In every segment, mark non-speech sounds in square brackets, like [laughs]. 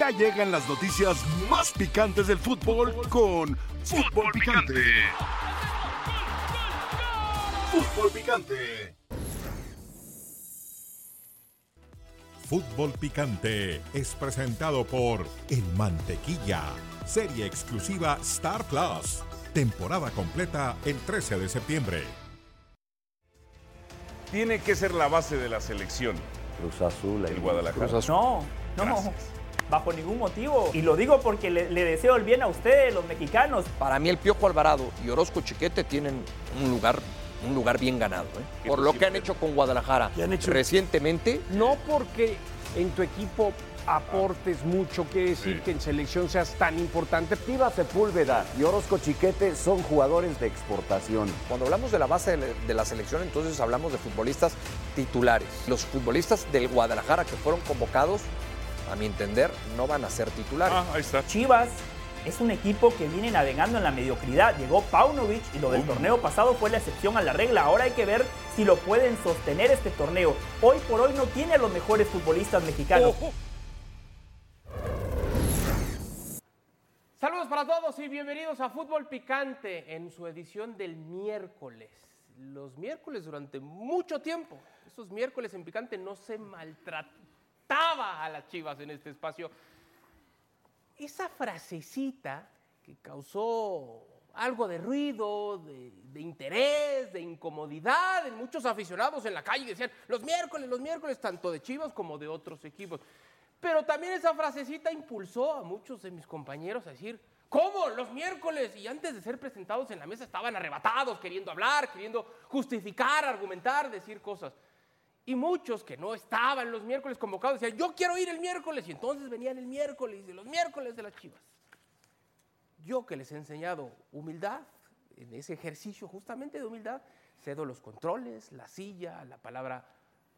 Ya llegan las noticias más picantes del fútbol con Fútbol Picante. Fútbol Picante. Fútbol Picante es presentado por El Mantequilla, serie exclusiva Star Plus, temporada completa el 13 de septiembre. Tiene que ser la base de la selección. Cruz Azul, El Guadalajara. No, no, Gracias. bajo ningún motivo. Y lo digo porque le, le deseo el bien a ustedes, los mexicanos. Para mí el Piojo Alvarado y Orozco Chiquete tienen un lugar, un lugar bien ganado, ¿eh? Qué por lo que han posible. hecho con Guadalajara recientemente. No porque en tu equipo aportes mucho, quiere decir Sí. que en selección seas tan importante. Tiva Sepúlveda y Orozco Chiquete son jugadores de exportación. Cuando hablamos de la base de la, de la selección, entonces hablamos de futbolistas titulares. Los futbolistas del Guadalajara que fueron convocados, a mi entender, no van a ser titulares. Ah, ahí está. Chivas es un equipo que viene navegando en la mediocridad. Llegó Paunovic y lo del torneo pasado fue la excepción a la regla. Ahora hay que ver si lo pueden sostener este torneo. Hoy por hoy no tiene a los mejores futbolistas mexicanos. Saludos para todos y bienvenidos a Fútbol Picante en su edición del miércoles. Los miércoles durante mucho tiempo, esos miércoles en Picante no se maltrataba a las chivas en este espacio. Esa frasecita que causó algo de ruido, de, de interés, de incomodidad en muchos aficionados en la calle decían los miércoles, los miércoles, tanto de chivas como de otros equipos. Pero también esa frasecita impulsó a muchos de mis compañeros a decir, ¿cómo? Los miércoles. Y antes de ser presentados en la mesa estaban arrebatados, queriendo hablar, queriendo justificar, argumentar, decir cosas. Y muchos que no estaban los miércoles convocados decían, yo quiero ir el miércoles. Y entonces venían el miércoles, de los miércoles de las chivas. Yo que les he enseñado humildad, en ese ejercicio justamente de humildad, cedo los controles, la silla, la palabra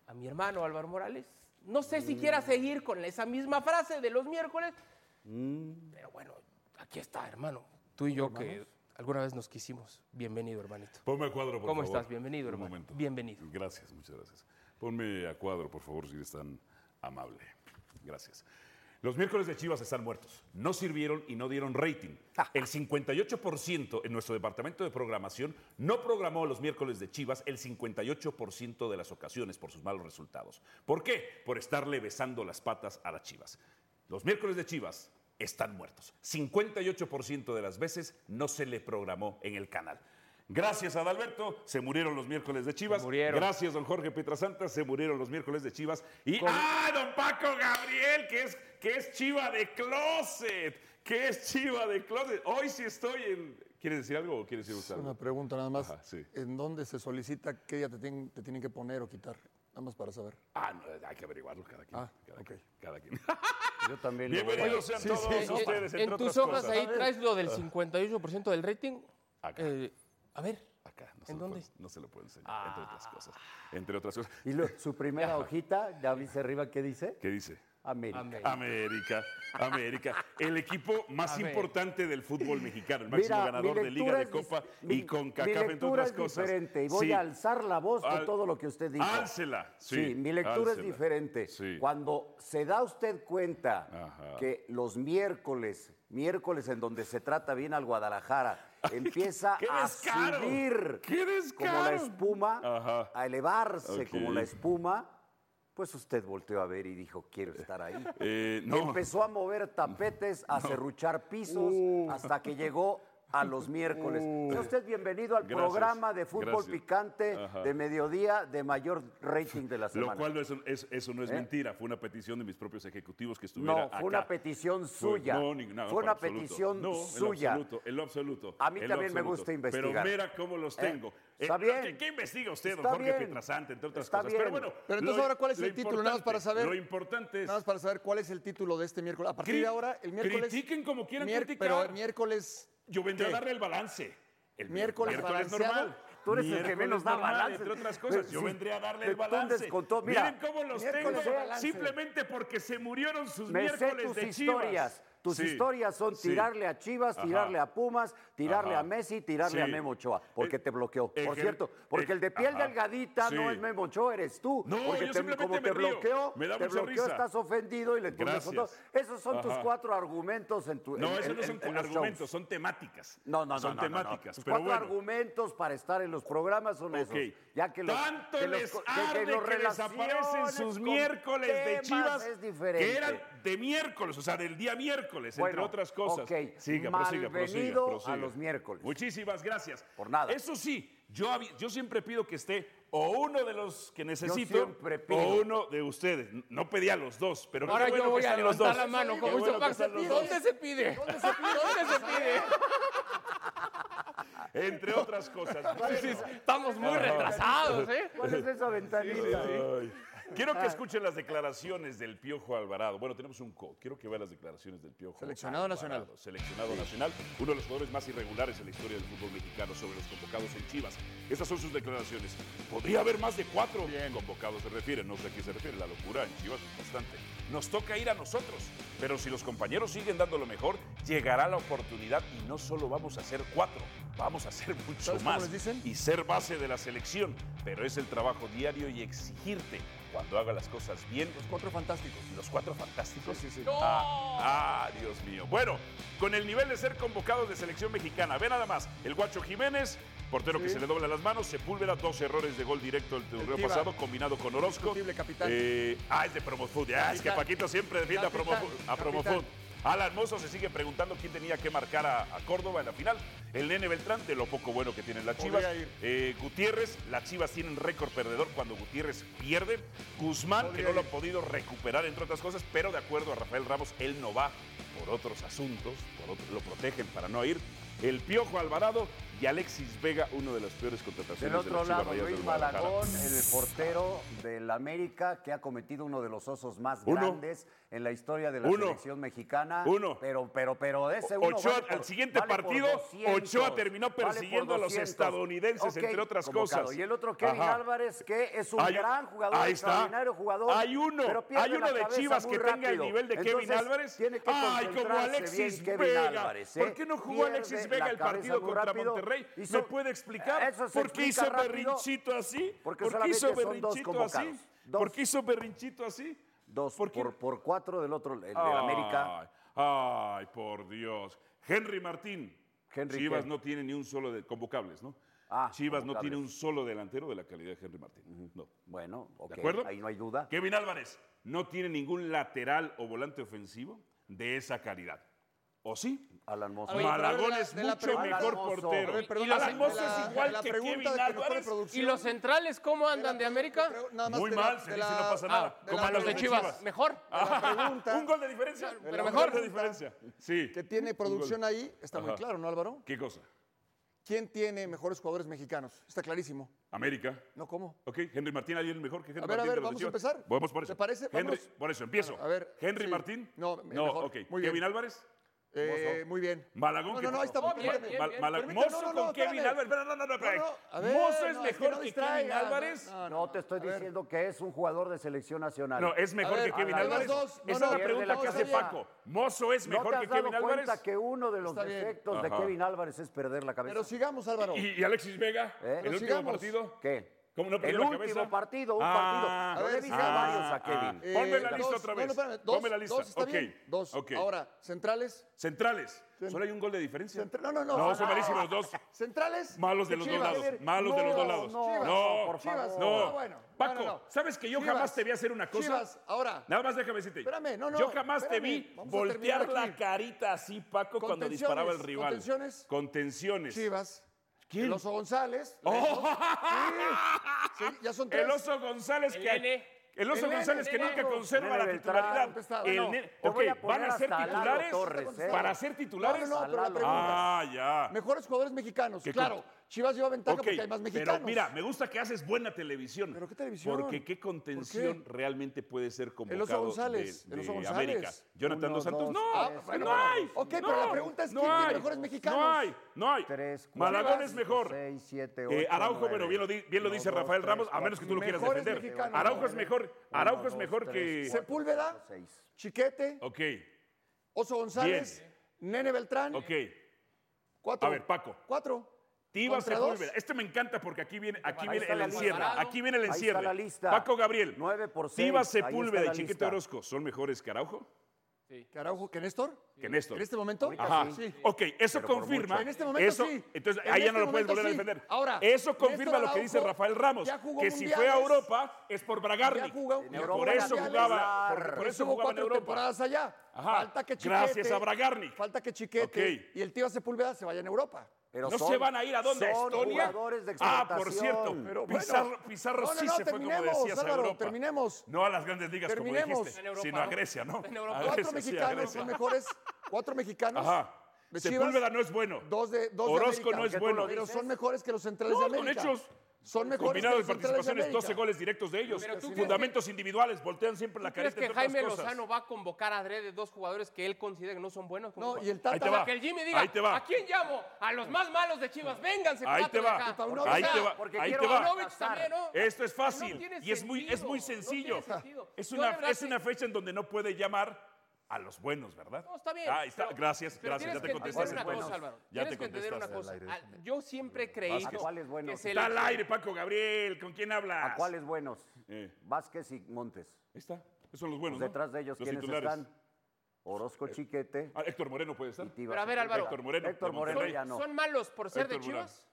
a mi hermano Álvaro Morales. No sé si quiera seguir con esa misma frase de los miércoles, pero bueno, aquí está, hermano. Tú y yo que alguna vez nos quisimos. Bienvenido, hermanito. Ponme a cuadro, por ¿Cómo favor. estás? Bienvenido, Un hermano. momento. Bienvenido. Gracias, muchas gracias. Ponme a cuadro, por favor, si eres tan amable. Gracias. Los miércoles de Chivas están muertos. No sirvieron y no dieron rating. Ah. El 58% en nuestro departamento de programación no programó los miércoles de Chivas el 58% de las ocasiones por sus malos resultados. ¿Por qué? Por estarle besando las patas a las Chivas. Los miércoles de Chivas están muertos. 58% de las veces no se le programó en el canal. Gracias a Adalberto, se murieron los miércoles de Chivas. Se murieron. Gracias, don Jorge Pietrasanta, se murieron los miércoles de Chivas. Y ¡ah, don Paco Gabriel, que es, que es Chiva de Closet! que es Chiva de Closet? Hoy sí estoy en... ¿Quieres decir algo o quieres decir usted algo? Una pregunta nada más. Eh, Ajá, sí. ¿En dónde se solicita qué día te tienen, te tienen que poner o quitar? Nada más para saber. Ah, no, hay que averiguarlo cada quien. Ah, cada, ok. quien, cada [laughs] quien. Yo también lo voy a- Bienvenidos sean Sí, todos sí, sí. ustedes, entre Eh, en tus otras hojas cosas. ahí traes lo del 58% del rating. Acá. Eh, a ver, Acá, no se, ¿En lo dónde? puedo- no se lo puedo enseñar, Ah. entre otras cosas. Entre otras cosas. Y lo- su primera hojita, David Cerriba, ¿qué dice? ¿Qué dice? América. América. América, América, el equipo más América. importante del fútbol mexicano, el máximo Mira, ganador mi de Liga lectura de es Copa dis- y con mi CACAF, entre lectura otras es cosas. diferente y voy Sí. a alzar la voz con Al- todo lo que usted dijo. Álcela, sí. Sí, mi álcela. lectura es diferente. Sí. Cuando se da usted cuenta Ajá. que los miércoles, miércoles en donde se trata bien al [laughs] Guadalajara, empieza ¡Qué a descaro! subir ¡Qué como la descaro! espuma, Ajá. a elevarse Ok. como la espuma, pues usted volteó a ver y dijo, quiero estar [laughs] ahí. Eh, no. Empezó a mover tapetes, a cerruchar pisos, Uh. hasta que llegó a los miércoles. Sea usted bienvenido al Gracias, programa de fútbol gracias. picante Ajá. de mediodía de mayor rating de la semana. Lo cual no es, es- eso no es ¿Eh? mentira, fue una petición de mis propios ejecutivos que no, estuvieran fue una petición suya. fue una petición suya. En lo absoluto, en lo absoluto. A mí en lo también me absoluto. gusta investigar. Pero mira cómo los ¿Eh? tengo. Está no, bien. ¿Qué, qué investiga usted, don Está Jorge bien. Pietrasanta, entre otras Está cosas? bien. Pero bueno. Pero entonces lo- ahora, ¿cuál es lo el título? Nada más para importante- saber. Lo importante es. Nada más para saber cuál es el título de este miércoles. A partir Cri- de ahora, el miércoles. critiquen como quieran criticar. Pero el miércoles. Yo vendré ¿qué? a darle el balance. El Miércoles balanceado. normal. Tú eres el que Miércoles menos da normal, balance. Entre otras cosas, Pero yo sí, vendré a darle te el balance. tundes con todo. Mira, Miren cómo los miércoles tengo balance. simplemente porque se murieron sus Me sé miércoles tus de historias. Chivas. Tus Sí, historias son sí. tirarle a Chivas, Ajá. tirarle a Pumas, tirarle Ajá. a Messi, tirarle a Sí. Memo Ochoa, porque Eh, te bloqueó. eh, Por que- cierto, porque eh, el de piel ajá. delgadita no Sí. es Memo Ochoa, eres tú. No, porque yo te- simplemente como te me río. bloqueó, Me da te mucha bloqueó, risa. estás ofendido y le pones Gracias. otro. Esos son tus Ajá. cuatro argumentos en tu. en- No, esos en- no son en- en los shows. argumentos, son temáticas. No, no, no. Son no, no, no. temáticas. Tus Pero cuatro bueno, argumentos para estar en los programas son Ok. esos. Ya que los, Tanto que los- les que- que arde que, los desaparecen relaciones sus con miércoles de temas Chivas, Es diferente. que eran de miércoles, o sea, del día miércoles, entre Bueno, otras cosas. ok. Siga, prosiga, prosiga, Malvenido a prosiga. los miércoles. Muchísimas gracias. Por nada. Eso sí, yo, avi- yo siempre pido que esté o uno de los que necesito siempre pido. o uno de ustedes. No pedía los dos, pero qué Ahora bueno yo que voy a están los levantar dos. la mano, Qué como hizo bueno que Pax. están los dos. ¿Dónde se pide? ¿Dónde se pide? ¿Dónde se pide? Entre otras cosas. Entonces, Estamos muy retrasados, ¿eh? ¿Cuál es esa ventanita? Ay. Quiero Ah. que escuchen las declaraciones del Piojo Alvarado. Bueno, tenemos un co. Quiero que vean las declaraciones del Piojo. Seleccionado Alvarado. nacional. Seleccionado nacional, uno de los jugadores más irregulares en la historia del fútbol mexicano sobre los convocados en Chivas. Estas son sus declaraciones. Podría haber más de cuatro convocados, se refiere. No sé a qué se refiere. La locura en Chivas es bastante. Nos toca ir a nosotros. Pero si los compañeros siguen dando lo mejor, llegará la oportunidad y no solo vamos a hacer cuatro, vamos a hacer mucho ¿Sabes cómo más les dicen? y ser base de la selección, pero es el trabajo diario y exigirte cuando haga las cosas bien. Los cuatro fantásticos. Los cuatro fantásticos. Sí, sí, sí. Ah, ah, Dios mío. Bueno, con el nivel de ser convocados de selección mexicana, ve nada más, el Guacho Jiménez, portero que se le dobla las manos, Sepúlveda, dos errores de gol directo el torneo Tiva. pasado, combinado con Orozco. Indiscutible capitán. Eh, ah, es de Promofood. Ah, es que Capitán. Paquito siempre defiende a Capitán, Promofood. A capitán. Promofood. Alan Mozo se sigue preguntando quién tenía que marcar a, a Córdoba en la final. El Nene Beltrán, de lo poco bueno que tienen las Chivas. Podría ir. Eh, Gutiérrez, las Chivas tienen récord perdedor cuando Gutiérrez pierde. Guzmán, que Podría no lo ir. ha podido recuperar, entre otras cosas, pero de acuerdo a Rafael Ramos, él no va por otros asuntos, por otro- lo protegen para no ir. El Piojo Alvarado y Alexis Vega, uno de las peores contrataciones Del de las otro Chivas lado, Rayas del Luis Guadalajara. Malagón, el portero del América, que ha cometido uno de los osos más Uno. grandes en la historia de la Uno. selección mexicana. Uno. Pero, pero, pero ese uno. Ochoa, vale por- al siguiente vale por partido, 200, Ochoa terminó vale por persiguiendo a los 200. estadounidenses, Ok, entre otras convocado. cosas. Y el otro, Kevin Ajá. Álvarez, que es un Hay- gran jugador, ahí está. extraordinario jugador. Hay uno, pero pierde hay uno la de cabeza Chivas muy que tenga el rápido. nivel de Kevin Entonces, Álvarez. Tiene que Ay, como concentrarse Alexis bien Kevin Vega. Álvarez, ¿eh? ¿Por qué no jugó Pierde Alexis la Vega el cabeza partido muy contra rápido. Monterrey? ¿Me Hizo- puede explicar Eso se por qué explica hizo rápido. berrinchito así? Porque ¿Por qué hizo solamente son dos berrinchito así? convocados. Dos. ¿Por qué hizo berrinchito así? Dos ¿Por qué? por, por cuatro del otro, el del América. Ay, ay, por Dios. Henry Martín. Henry, Chivas ¿qué? no tiene ni un solo de convocables, ¿no? Ah, Chivas no convocables. tiene un solo delantero de la calidad de Henry Martín. No. Bueno, ok, ¿De acuerdo? ahí no hay duda. Kevin Álvarez no tiene ningún lateral o volante ofensivo de esa calidad. ¿O sí? Alan Mozo. Oye, Malagón pero de la- es de la mucho pregunta- mejor Alan Mozo. portero. A ver, perdón, y Alan la- Mozo de la- es igual la que pregunta Kevin de que nos pone Álvarez. producción. ¿Y los centrales cómo andan de América? Nada más Muy de la- mal, se de dice, la- ah, no pasa nada. de Como la- a los de Chivas, mejor. Ah, pregunta- un gol de diferencia. Pero Un mejor. gol de diferencia. Sí. Que tiene Un gol. producción ahí, está muy Ajá. claro, ¿no, Álvaro? ¿Qué cosa? ¿Quién tiene mejores jugadores mexicanos? Está clarísimo. América. No, ¿cómo? Ok, Henry Martín, alguien mejor que Henry A ver, a Martín. ver, de los vamos a Chivas? empezar. Vamos por eso. ¿Te parece? Henry, Vámonos. por eso, empiezo. A ver, Henry sí. Martín. No, no, me- mejor. ok. Muy bien. Kevin Álvarez. Eh, muy bien. Malagón. No, que- no, no, ahí está. Oh, espérame. bien, bien, Mal- bien. Mala- Permíteme, Mozo no, no, con no, Kevin espérame. Álvarez. No, no, no, no, No, no, a ver, Mozo es no, es mejor que no que Kevin distraigan, no, Álvarez. no, No te estoy a ver. diciendo que es un jugador de selección nacional. No, es mejor A ver, que Kevin a la- Álvarez. los dos, no, Esa es no, la pregunta pierde que la hace cabeza. Paco. ¿Mozo es ¿No te mejor has que dado Kevin cuenta Álvarez? que uno de los Está bien. defectos de Ajá. Kevin Álvarez es perder la cabeza? Pero sigamos, Álvaro. ¿Y, y Alexis Vega? ¿Eh? ¿El Pero último sigamos. partido? ¿Qué? ¿Cómo no perdió El la último cabeza? partido, un Ah, partido. Yo le a he ver, visto ah, varios a ah. Kevin. Eh, Ponme la lista dos, otra no, vez. no, espérame, dos, Ponme la lista. Dos, está Ok, bien. Dos. ok. Ahora, centrales. Centrales. Solo hay un gol de diferencia. Centra- no, no, no. No, son malísimos los dos. Centrales. Malos de los dos Chivas. lados. Malos de los dos lados. no, No, no, por Chivas, favor. No, Ah, bueno. Paco, No, no, no. ¿sabes que yo Chivas, jamás te vi hacer una cosa? Chivas, ahora. Nada más déjame decirte. Espérame, no, no, Yo jamás espérame, te vi vamos a voltear terminar la aquí. carita así, Paco, cuando Contenciones, disparaba el rival. contenciones. Contenciones. Chivas. ¿Quién? Oh. El Oso González. Sí, [laughs] ya son tres. El oso González El que. Nene. El oso El González Nene, que Nene. nunca conserva la Nene Beltrán, titularidad. contestado. El No, Nene- te Ok, voy a poner van a ser hasta Lalo titulares. Torres, ¿eh? Para ser titulares. No, no, no, pero la Lalo. pregunta. Ah, ya. Mejores jugadores mexicanos. ¿Qué Claro. cosa? Chivas lleva ventaja Ok, porque hay más mexicanos. Pero mira, me gusta que haces buena televisión. ¿Pero qué televisión? Porque qué contención realmente puede ser convocado González, de, el Oso de González. América. Jonathan Uno, Dos Santos. dos, no, tres, no cuatro, hay. Ok, pero no, la pregunta es, no ¿quién tiene hay, mejores mexicanos? No hay, no hay. Tres, cuatro, Malagón es cinco, mejor. seis, siete, Eh, ocho, Araujo, nueve. bueno, bien lo, di- bien lo Uno, dice dos, Rafael tres, Ramos, a cuatro, menos que tú lo quieras mejores defender. mexicanos. Araujo es mejor. Araujo Uno, es mejor dos, que. tres, cuatro, Sepúlveda. cinco, seis. Chiquete. Ok. Oso González, Nene Beltrán, Ok. cuatro. A ver, Paco. Cuatro. Tiva Contra Sepúlveda. dos. Este me encanta porque aquí viene, aquí Ahí viene está el la encierre. lista. Aquí viene el Ahí está encierre. la lista. Paco Gabriel. Nueve por seis. Ahí Tiva está la Sepúlveda y Chiquito lista. Orozco son mejores que Araujo, Carajo, ¿que Néstor? que Néstor. ¿En este momento? Ajá. Sí. Ok, eso por confirma. mucho. En este momento eso- sí. Entonces, En ahí ya este no lo puedes momento volver a sí. defender. Ahora, eso Néstor confirma lo que dice Araujo Rafael Ramos, ya jugó que si fue a mundiales. Europa es por Bragarni. Ya jugó Y en por Europa eso mundiales. jugaba, por, por eso Estuvo jugaba en cuatro Europa. temporadas allá. Ajá. Falta que Chiquete. Gracias a Bragarnik. Falta que Chiquete Ok. y el tío Sepúlveda se vayan a Europa. Pero ¿No son- se van a ir a dónde? ¿A son Estonia? jugadores de ah, por exportación. cierto. Pero bueno. Pizarro, Pizarro No, no, sí no, se fue, como terminemos, decías, a Álvaro, Europa. terminemos. No a las grandes ligas, Terminemos. como dijiste, En Europa, sino a ¿no? Grecia, ¿no? En Europa. A Veces Cuatro Grecia, sí, a mexicanos Grecia. son mejores. Cuatro mexicanos. Ajá. de Chivas, Sepúlveda no es bueno. Dos de dos de Orozco América, no es que tú bueno. lo Pero son mejores que los centrales No, de con América. hechos. Son mejores que Combinado de los centrales de participaciones, 12 América. goles directos de ellos. Pero tú crees Fundamentos individuales, voltean siempre la ¿Tú ¿Crees careta. que entre otras Jaime cosas. Lozano va a convocar a de dos jugadores que él considera que no son buenos? como No, jugadores? y el Ahí te Tata. va. Para que el Jimmy Ahí diga, te va. ¿a quién llamo? A los más malos de Chivas, vénganse Ahí cuatro te de va. acá. Paunovic, Ahí O sea, te va. porque Ahí quiero te va. Paunovic también, ¿no? Esto es Que no fácil tiene y es muy, es sentido, muy no tiene sencillo. sentido. es, Yo una, de verdad es sí- una fecha en donde no puede llamar a los buenos, ¿verdad? No, está bien. Ah, está. pero- gracias, pero gracias. Ya te tienes que contesté. entender una Bueno, cosa, Álvaro. Ya te tienes que entender una contestaste. cosa. Ah, Yo siempre he creído Vázquez. ¿A cuál es bueno? que se Está le- al aire, Paco Gabriel. ¿Con quién hablas? ¿A cuáles buenos? Eh. Vázquez y Montes. Ahí está. Esos son los buenos. ¿no? Pues Detrás de ellos, Los ¿quiénes titulares. están? Orozco Chiquete. Ah, Héctor Moreno puede estar. y Tiva Pero a ver, Sepúlveda. Álvaro. Héctor Moreno, Héctor de Moreno Monterrey. ya no. ¿Son malos por ser de Héctor Moreno. Chivas?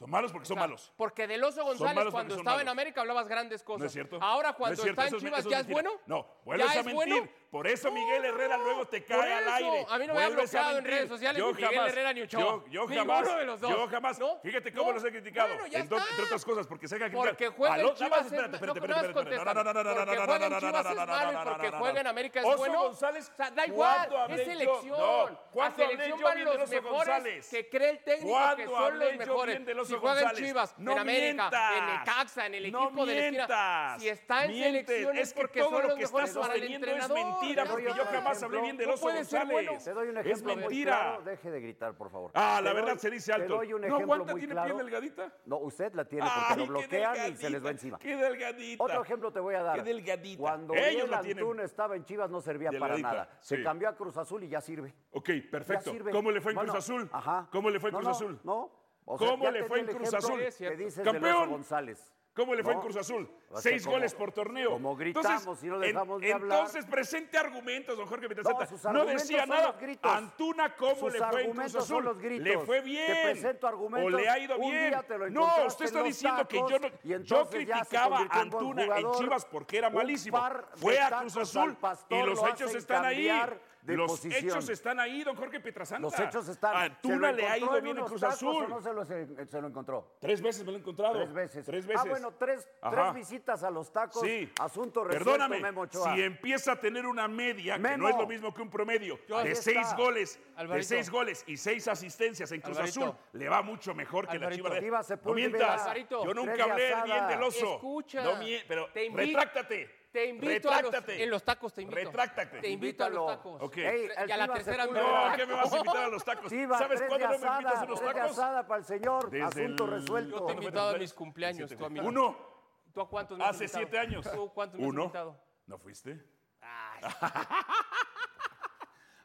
Son malos porque son O sea, malos. Porque del Oso González malos cuando porque son estaba en malos. América hablabas grandes cosas. ¿No es cierto? Ahora No cuando es cierto, está eso en es- Chivas eso ya es mentira. bueno. No, vuelves ¿Ya a es mentir. bueno? Por eso Miguel Herrera luego te Por cae al eso, aire. A mí no me ha Vuelves a bloqueado en mentir. redes sociales Yo ni Miguel jamás- Herrera ni Ochoa. Yo, yo Ninguno jamás. de los dos. Yo jamás. ¿No? Fíjate cómo No. los he criticado. Bueno, ya En do- está. entre otras cosas, porque se deja criticar. Porque juega Aló, nada en más, Chivas es espérate, malo. espérate, No, nada espérate, más espérate, espérate. No, contestan. no, no, no, no, Porque no, juega en no, no, Chivas no, es no, malo y no, no, porque no, juega en no. América es Oso bueno. González, O sea, da igual, ¿cuándo hablé es yo? selección. No, A ¿cuándo hablé selección yo van bien del los Oso González? mejores que cree el técnico ¿Cuándo que son los hablé yo mejores. bien del Oso Si juega en González? Chivas, No en América, en mientas. Necaxa, en el No equipo de la esquina. mientas. Si está en Mientes. selección Es es que porque todo son lo los que mejores estás para el sosteniendo es entrenador. mentira, Ya porque está. yo jamás hablé bien del No Oso puede ser González. bueno. Te doy un Es ejemplo mentira. muy claro. Deje de gritar, por favor. Ah, la Te doy- verdad se dice alto. Te doy un ¿No ejemplo aguanta? muy ¿Tiene claro. piel delgadita? No, usted la tiene porque lo qué bloquean y se les delgadita, va encima. Qué delgadita. Otro ejemplo te voy a dar. Qué delgadita. Cuando Ellos Uriel la tienen. Antuna estaba en Chivas no servía Delgadita, para nada. Se sí. cambió a Cruz Azul y ya sirve. Ok, perfecto. Ya sirve. ¿Cómo le fue en Bueno, Cruz Azul? Ajá. ¿Cómo le fue en No, Cruz no, Azul? No. O ¿Cómo ya le te fue di en el Cruz ejemplo Azul? Es Que cierto. dices de ¡Campeón! Loso González. ¿Cómo le fue ¿no? en Cruz Azul? O sea, Seis como- goles por torneo. Como gritamos Entonces, y no en- dejamos de hablar. Entonces, presente argumentos, don Jorge No, Betasanta. sus No, argumentos decía son nada. los gritos. Antuna, ¿cómo Sus le fue en Cruz argumentos son Azul? los gritos. Le fue Te bien. presento argumentos. O le ha ido Un bien. día te lo no, encontraste usted en está los diciendo que yo, no, tacos y yo entonces ya se criticaba a convirtió en buen Antuna en jugador. Chivas porque era Un malísimo. par de Fue a tacos Cruz Azul al pastor y lo los hechos hacen están ahí. cambiar de Los posición. hechos están ahí, don Jorge Petrasanta. Los hechos están. A Antuna ¿Se lo Ah, le ha encontró ido bien en unos Cruz tacos o Azul. no se lo, se- se lo encontró? Tres veces me lo he encontrado. Tres veces. Tres veces. Ah, bueno, tres, Ajá. tres visitas a los tacos. Sí. Asunto resuelto, Perdóname, Memo Ochoa. si empieza a tener una media, que Memo. no es lo mismo que un promedio, Ahí de está. seis goles, de Alvarito. seis goles y seis asistencias en Cruz Alvarito. Azul, le va mucho mejor que Alvarito. la Tiva Chivas. de- No Sepúlveda. mientas, Alvarito. yo nunca Freddy hablé Azada. bien del oso. Escucha. No mie- pero Te invi- retráctate. Te invito a los, Retráctate. en los tacos, te invito. Retráctate. Te invito a los Invítalo. tacos. Ok. Ey, el y a la Tiva tercera Sepúlveda. No, ¿qué me vas a invitar a los tacos? Chivas, ¿Sabes tres cuándo de no me invitas a asada, los tres de tacos? asada para el señor. Desde Asunto el- resuelto. Yo te he invitado a mis cumpleaños, tú a mí no. Uno. ¿Tú a cuántos me has Hace invitado? siete años. ¿Tú cuántos me has Uno. invitado? ¿No fuiste? [laughs]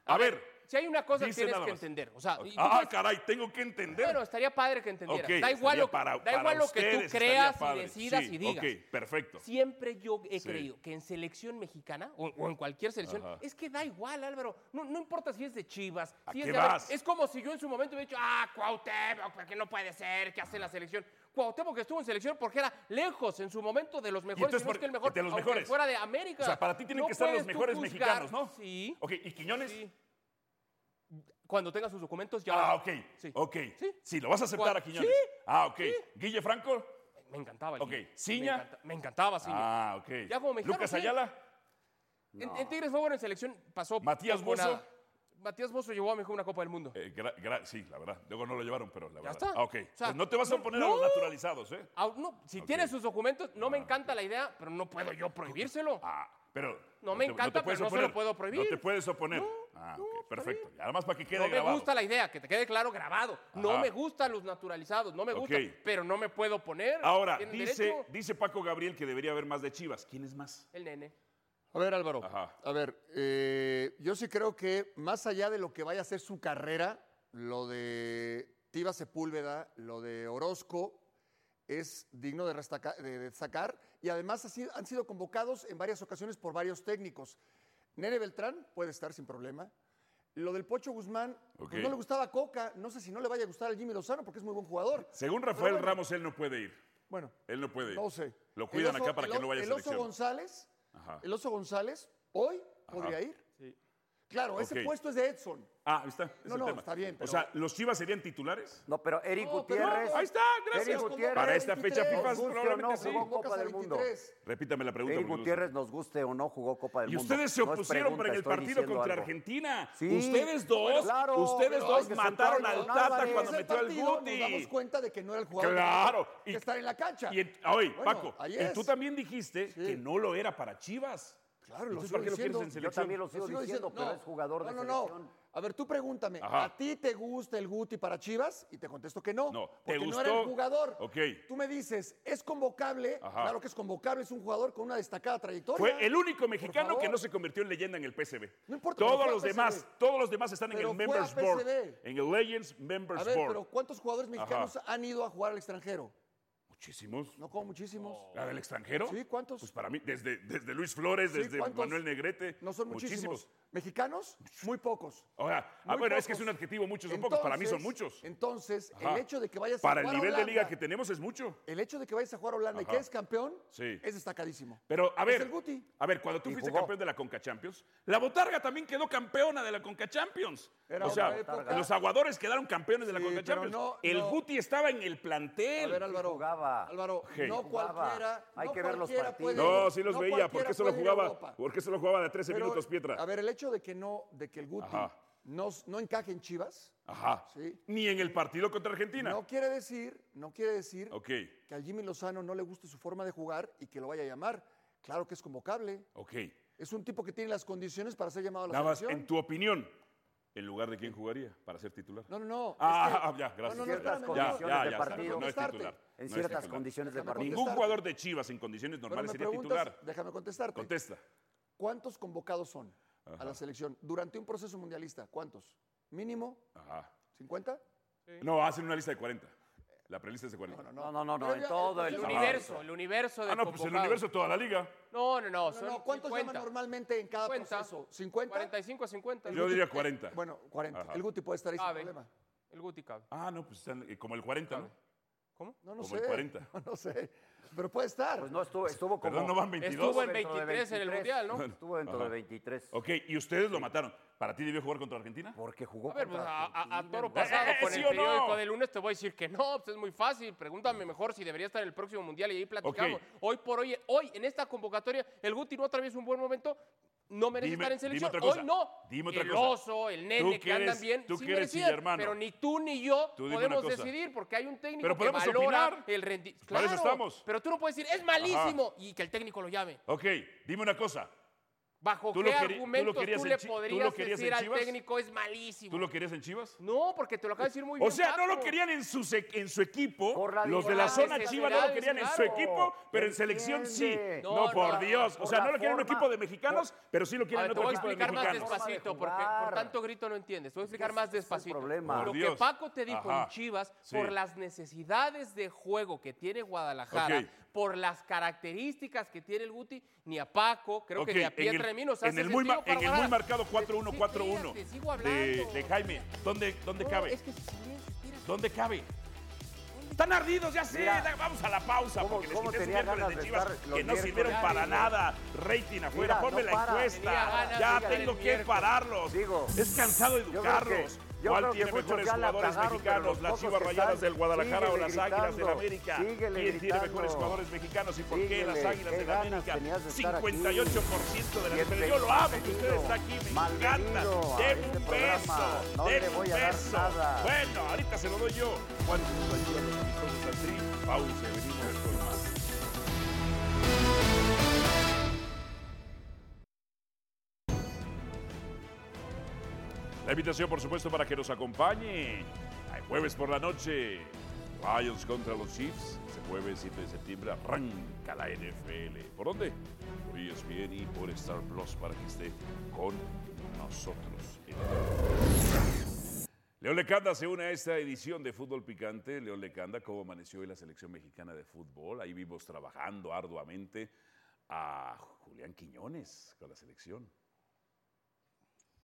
a ver. Si hay una cosa que Dice tienes nada que más. entender. O sea, y tú Ah, puedes- caray, tengo que entender. bueno, estaría padre que entendiera. Ok, da igual, estaría lo, para- da para igual lo que ustedes, tú estaría creas y padre. decidas Sí, y digas. Ok, perfecto. Siempre yo he Sí. creído que en selección mexicana o, o en cualquier selección, es que da igual, Álvaro. No, no importa si es de Chivas, ¿A si qué es de. América. vas? Es como si yo en su momento hubiera dicho, ah, Cuauhtémoc, que no puede ser, que hace la selección. Cuauhtémoc que estuvo en selección porque era lejos en su momento de los mejores, entonces si no es por- que el mejor, de los aunque mejores. fuera de América. O sea, para ti tienen No que estar los puedes tú meejores juzgar. mexicanos, ¿no? Sí. Ok, ¿y Quiñones? Sí. Cuando tenga sus documentos ya. Ah, verá. ok. Sí. Ok. Sí. Sí. lo vas a aceptar ¿Cuál? a Quiñones. Sí. Ah, ok. Guille Franco. Me encantaba. el Ok, Jimmy. ¿Siña? Me, encanta- me encantaba Ciña. Ah, ok. Ya como mexicano, Lucas sí. Ayala. En, en Tigres fue bueno en selección. Pasó. Matías poco o Bozo. nada. Matías Bozo llevó a México una Copa del Mundo. Eh, gra- gra- sí, la verdad. Luego no lo llevaron, pero la Ya verdad. está. Ah, ok. O sea, Pues no te vas a no- oponer a los no. naturalizados, ¿eh? Ah, no, si tiene sus documentos, no me encanta la idea, pero no puedo yo prohibírselo. Ah, pero. No me te- encanta, te puedes pero no se lo oponer. puedo prohibir. No te puedes oponer. No, ah, no, ok. está Perfecto. bien. Y además para que quede no grabado. me gusta la idea, que te quede claro grabado. No Ajá. me gustan los naturalizados, no me gusta, Ok. pero no me puedo poner. Ahora, Tienen dice, derecho. dice Paco Gabriel que debería haber más de Chivas. ¿Quién es más? El nene. A ver, Álvaro. A ver, eh, yo sí creo que más allá de lo que vaya a ser su carrera, lo de Tiva Sepúlveda, lo de Orozco, es digno de, restaca- de destacar. Y además ha sido- han sido convocados en varias ocasiones por varios técnicos. Nene Beltrán puede estar sin problema. Lo del Pocho Guzmán, pues Ok. no le gustaba a Coca. No sé si no le vaya a gustar al Jimmy Lozano porque es muy buen jugador. Según Pero Rafael bueno, Ramos, él no puede ir. Bueno, Él no puede ir. no sé. Lo El cuidan oso- acá para el que o- no vaya a El Oso selección. González, Ajá. el Oso González, hoy podría ir. Claro, Ok. ese puesto es de Edson. Ah, ahí está. es No, el no, tema. está bien, O pero- sea, ¿los Chivas serían titulares? No, pero Eric No, pero- Gutiérrez. Ahí está, gracias. Eric Gutiérrez. Para esta fecha nos FIFA guste o probablemente no, sí. jugó Copa del Mundo. 23. Repítame la pregunta. Eric porque no sé. Gutiérrez, nos guste o no, jugó Copa del Y Mundo. ustedes se No es opusieron pregunta, para en el estoy partido diciendo contra algo. Argentina. Sí. ustedes dos, Claro, ustedes pero dos hay que mataron sentarlo al con Tata Álvarez. cuando Ese metió al Nos damos Guti. cuenta de que no era el jugador Claro, que y- está en la cancha. Y en- hoy, Bueno, Paco, ahí y es. tú también dijiste que no lo era para Chivas. Claro, lo Entonces, sigo ¿para qué lo quieres diciendo. en Yo Yo selección? también lo sigo, diciendo, pero es jugador de no, no, selección. No. A ver, tú pregúntame, Ajá. ¿a ti te gusta el Guti para Chivas? Y te contesto que no. No, ¿te porque no era el gustó? jugador. Ok. Tú me dices, ¿es convocable? Ajá. Claro que es convocable, es un jugador con una destacada trayectoria. Fue el único Por mexicano que favor. no se convirtió en leyenda en el PSV. No importa, pero todos fue a los PSV. demás, todos los demás están Pero en el fue a Members Board, PSV. en el Legends Members A ver, Board. pero ¿cuántos jugadores mexicanos Ajá. han ido a jugar al extranjero? Muchísimos. No como muchísimos. Oh. ¿La del extranjero? Sí, ¿cuántos? Pues para mí, desde, desde Luis Flores, Sí, desde ¿cuántos? Manuel Negrete. No son muchísimos. ¿Mexicanos? Muy pocos. Ahora, ah, Muy bueno, es que es pocos. un adjetivo, muchos son pocos. Para mí son Entonces- muchos. Entonces, Ajá. el hecho de que vayas Para a el jugar a nivel de liga Holanda, que tenemos es mucho. El hecho de que vayas a jugar a Holanda Ajá. y que es campeón Sí. es destacadísimo. Pero, a ver, Es el Guti. a ver, cuando tú Y fuiste jugó. campeón de la Conca Champions, la Botarga también quedó campeona de la Conca Champions. Era o sea, otra época. los aguadores quedaron campeones de la Sí, Conca pero Champions. no, el no. Guti estaba en el plantel. A ver, Álvaro. jugaba. Álvaro, Sí. no Jugaba. cualquiera. Hay no que ver los cualquiera partidos. puede- no, sí los no veía. cualquiera porque solo puede ir a jugaba? Europa. porque solo jugaba de 13 Pero, minutos, Pietra? A ver, el hecho de que no, de que el Guti Ajá. no, no encaje en Chivas, Ajá. Sí. Ni en el partido contra Argentina. no quiere decir, no quiere decir Ok, que al Jimmy Lozano no le guste su forma de jugar y que lo vaya a llamar. Claro que es convocable. ok. Es un tipo que tiene las condiciones para ser llamado a la Nada más, selección. en tu opinión, ¿en lugar de quién jugaría para ser titular? No, no, no. [laughs] Ah, es que- ya, gracias. No, no, no, Ciertas espérame, condiciones de no, déjame partido. No es contestarte. titular. En no es ciertas titular. condiciones de Déjame partido. Ningún jugador de Chivas en condiciones Pero normales me sería preguntas, titular. déjame contestarte. Contesta. ¿Cuántos convocados son a la selección durante un proceso mundialista? ¿Cuántos? ¿Mínimo? Ajá. ¿50? No, hacen una lista de 40. La prelista es de 40. No, no, no, no, Pero en ya- todo el el El Ah, universo, el universo de Ah, no, pues el convocados. universo toda la liga. No, no, no. No, Son no, 50. ¿cuántos llaman Ah, pues normalmente en cada 50. proceso? ¿50? 45 a 50. Yo diría 40. eh, Bueno, 40. Ajá. El Guti puede estar ahí sin Cabe. problema. El Guti cabe. Ah, no, pues están eh, como el 40, ¿no? No, no Como sé. el 40. [laughs] No, no sé. Pero puede estar. Pues no, estuvo, estuvo como... Perdón, no van 22. Estuvo en dentro de 23 en el Mundial, ¿no? Estuvo dentro de Ajá. 23. Ok, y ustedes lo mataron. ¿Para ti debió jugar contra Argentina? Porque jugó A ver, pues contra a, a- a Argentina, toro [laughs] ¿no? pasado, ¿Eh, con sí el o no? periódico de lunes te voy a decir que no, pues es muy fácil. Pregúntame mejor si debería estar en el próximo mundial y ahí platicamos. Hoy por hoy, hoy en esta convocatoria, el Guti no atraviesa un buen momento, no merece Dime- estar en dime selección. otra cosa, Hoy no. dime otra el cosa. oso, el Tú nene que que andan eres- bien, tú sí que eres merecían, Villarmano. pero ni tú ni yo Tú dime una podemos cosa. decidir porque hay un técnico Pero que podemos valora opinar. el rendimiento. Para eso estamos. Pero tú no puedes decir es malísimo y que el técnico lo llame. Ok, dime una cosa. ¿Bajo ¿Tú lo qué queri- tú lo argumentos tú, querías en le Chi- tú lo podrías querías en decir al Chivas? técnico es malísimo? ¿Tú lo querías en Chivas? No, porque te lo acaba de decir muy bien. O sea, no lo Paco. querían en su, se- en su equipo. Por la Los de dignidad la de zona sus Chivas no lo ciudades, querían en su claro. equipo, pero en Entiende. selección sí. No, No, no, por no, Dios. O por sea, la no lo querían en un forma- equipo de mexicanos, pero sí lo A quieren ver, en te voy otro a equipo de explicar más mexicanos. Forma de despacito, porque jugar. por tanto grito no entiendes. Te voy a explicar que más ese es el despacito. problema. Lo Por que Dios. Paco te dijo Ajá. en Chivas, Sí. por las necesidades de juego que tiene Guadalajara, Ok. por las características que tiene el Guti, ni a Paco, creo Ok, que ni a en Pietra el- ni a mí nos en hace el muy sentido ma- para en el jugar. muy marcado Sí, 4-1-4-1 sí, te sigo hablando. de, de Jaime. ¿Dónde, dónde No, cabe? Es que si silencio, espérate. ¿Dónde cabe? Están ardidos, ya sé. Mira, da- vamos a la pausa ¿cómo- porque les cómo quité su tenía miércoles ganas de de Chivas estar los que no sirvieron miércoles? para Mira, nada. Rating afuera, no ponme la para. encuesta. Tenía ganas ya de ganar el tengo que miércoles. pararlos. Digo, es cansado de yo creo que- educarlos. yo ¿Cuál creo que tiene muchos mejores ya la jugadores cagaron, pero mexicanos? los ¿Las pocos Chivas que Rayadas están, del Guadalajara o síguele las Águilas del gritando, América? ¿Quién síguele tiene gritando. mejores jugadores mexicanos y por qué las Síguele, Águilas qué del ganas América? tenías de 58% estar de la diferencia. Yo aquí. Bienvenido, lo amo que usted está aquí. Me bienvenido encanta. a Deme este un programa. beso. No deme le voy un a dar beso. nada. Bueno, ahorita se lo doy yo. Juan, nos ayuda los episodios al tri. Pausa, venimos con más. La invitación, por supuesto, para que nos acompañe. El jueves por la noche, Lions contra los Chiefs. Ese jueves 7 de septiembre arranca la NFL. ¿Por E dónde? Por por ESPN y por Star Plus para que esté con nosotros. León Lecanda se une a esta edición de Fútbol Picante. León Lecanda, ¿cómo amaneció hoy la selección mexicana de fútbol? Ahí vimos trabajando arduamente a Julián Quiñones con la selección.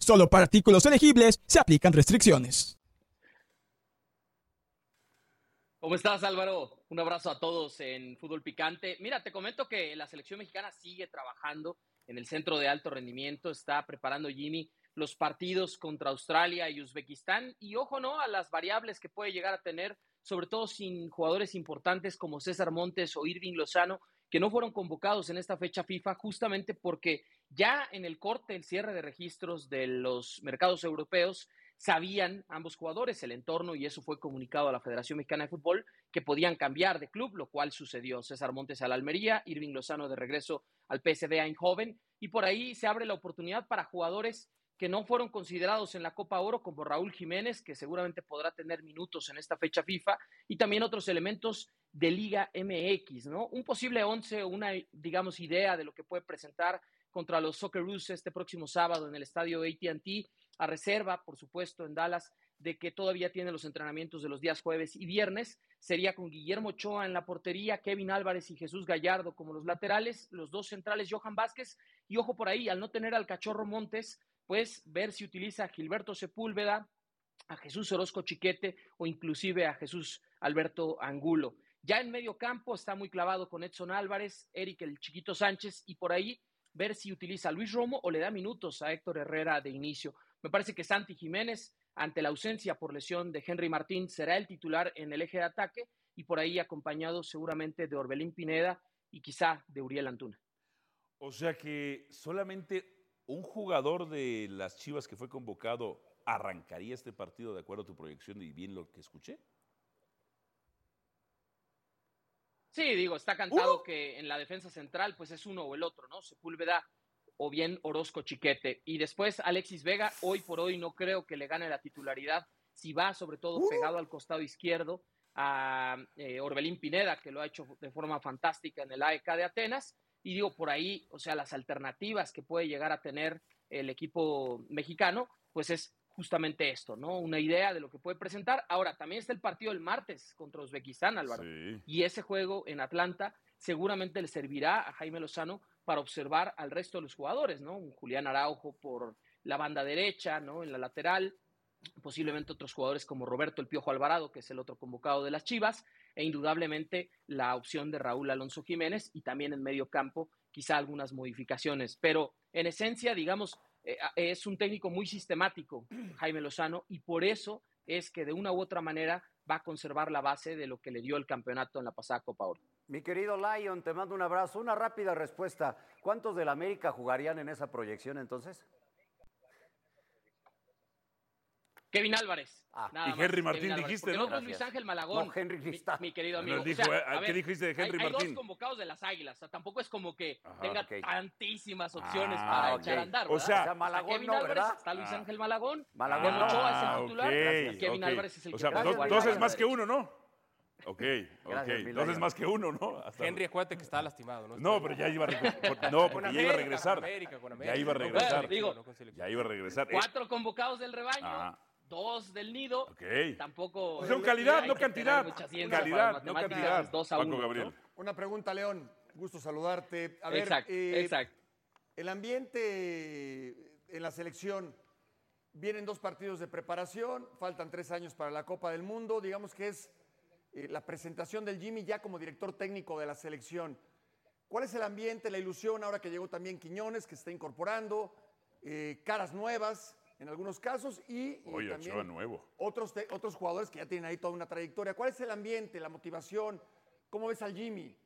Solo para artículos elegibles se aplican restricciones. ¿Cómo estás, Álvaro? Un abrazo a todos en Fútbol Picante. Mira, te comento que la selección mexicana sigue trabajando en el centro de alto rendimiento. Está preparando Jimmy los partidos contra Australia y Uzbekistán. Y ojo, ¿no? A las variables que puede llegar a tener, sobre todo sin jugadores importantes como César Montes o Irving Lozano, que no fueron convocados en esta fecha FIFA, justamente porque ya en el corte, el cierre de registros de los mercados europeos, sabían ambos jugadores el entorno y eso fue comunicado a la Federación Mexicana de Fútbol que podían cambiar de club, lo cual sucedió. César Montes al Almería, Irving Lozano de regreso al PSV Eindhoven y por ahí se abre la oportunidad para jugadores que no fueron considerados en la Copa Oro, como Raúl Jiménez, que seguramente podrá tener minutos en esta fecha FIFA, y también otros elementos de Liga MX, ¿no? Un posible 11, una, digamos, idea de lo que puede presentar contra los Socceroos este próximo sábado en el estadio ATT, a reserva, por supuesto, en Dallas, de que todavía tiene los entrenamientos de los días jueves y viernes, sería con Guillermo Ochoa en la portería, Kevin Álvarez y Jesús Gallardo como los laterales, los dos centrales, Johan Vázquez, y ojo por ahí, al no tener al cachorro Montes, pues ver si utiliza a Gilberto Sepúlveda, a Jesús Orozco Chiquete o inclusive a Jesús Alberto Angulo. Ya en medio campo está muy clavado con Edson Álvarez, Eric el Chiquito Sánchez y por ahí ver si utiliza a Luis Romo o le da minutos a Héctor Herrera de inicio. Me parece que Santi Jiménez, ante la ausencia por lesión de Henry Martín, será el titular en el eje de ataque y por ahí acompañado seguramente de Orbelín Pineda y quizá de Uriel Antuna. O sea que solamente ¿Un jugador de las Chivas que fue convocado arrancaría este partido de acuerdo a tu proyección y bien lo que escuché? Sí, digo, está cantado uh. que en la defensa central pues es uno o el otro, ¿no? Sepúlveda o bien Orozco Chiquete. Y después Alexis Vega, hoy por hoy no creo que le gane la titularidad si va sobre todo uh. pegado al costado izquierdo a eh, Orbelín Pineda, que lo ha hecho de forma fantástica en el AEK de Atenas. Y digo, por ahí, o sea, las alternativas que puede llegar a tener el equipo mexicano, pues es justamente esto, ¿no? Una idea de lo que puede presentar. Ahora, también está el partido del martes contra Uzbekistán, Álvaro. Sí. Y ese juego en Atlanta seguramente le servirá a Jaime Lozano para observar al resto de los jugadores, ¿no? Un Julián Araujo por la banda derecha, ¿no? En la lateral, posiblemente otros jugadores como Roberto El Piojo Alvarado, que es el otro convocado de las Chivas, e indudablemente la opción de Raúl Alonso Jiménez y también en medio campo quizá algunas modificaciones. Pero en esencia, digamos, eh, es un técnico muy sistemático, Jaime Lozano, y por eso es que de una u otra manera va a conservar la base de lo que le dio el campeonato en la pasada Copa Oro. Mi querido Lion, te mando un abrazo. Una rápida respuesta. ¿Cuántos del América jugarían en esa proyección entonces? Kevin Álvarez. Ah, nada y Henry más, Martín Álvarez, dijiste, ¿no? Nosotros Luis Ángel Malagón. No, Henry mi, mi, querido amigo. Dijo, o sea, a ver, "Ah, eh, ¿Qué dijiste de Henry hay, Martín? Ah, Hay dos convocados de las Águilas. O sea, tampoco es como que Ajá, tenga okay. tantísimas opciones ah, para okay. echar a andar. O sea, o sea Malagón Kevin no, Álvarez, ¿verdad? está Ah. Luis Ángel Malagón. Malagón ah, Ochoa es el titular. Okay, Kevin Álvarez es el O sea, pues, que dos, dos es más que uno, ¿no? Ok, ok. Gracias, Entonces es más que uno, ¿no? Hasta Henry, acuérdate que estaba lastimado, ¿no? No, pero ya iba a, no, porque ya iba a regresar. Ya iba a regresar. Ya iba a regresar. Cuatro convocados del rebaño dos del nido. Okay. Tampoco. Pues Son calidad, no cantidad. Calidad, no cantidad. Dos a Paco uno, Gabriel. ¿no? Una pregunta, León. Gusto saludarte. A ver, exacto, eh, exacto. El ambiente en la selección. Vienen dos partidos de preparación, faltan tres años para la Copa del Mundo. Digamos que es eh, la presentación del Jimmy ya como director técnico de la selección. ¿Cuál es el ambiente, la ilusión ahora que llegó también Quiñones, que se está incorporando? eh, caras nuevas en algunos casos y, eh, Oye, también Ochoa nuevo. Otros, te- otros jugadores que ya tienen ahí toda una trayectoria. ¿Cuál es el ambiente, la motivación? ¿Cómo ves al Jimmy?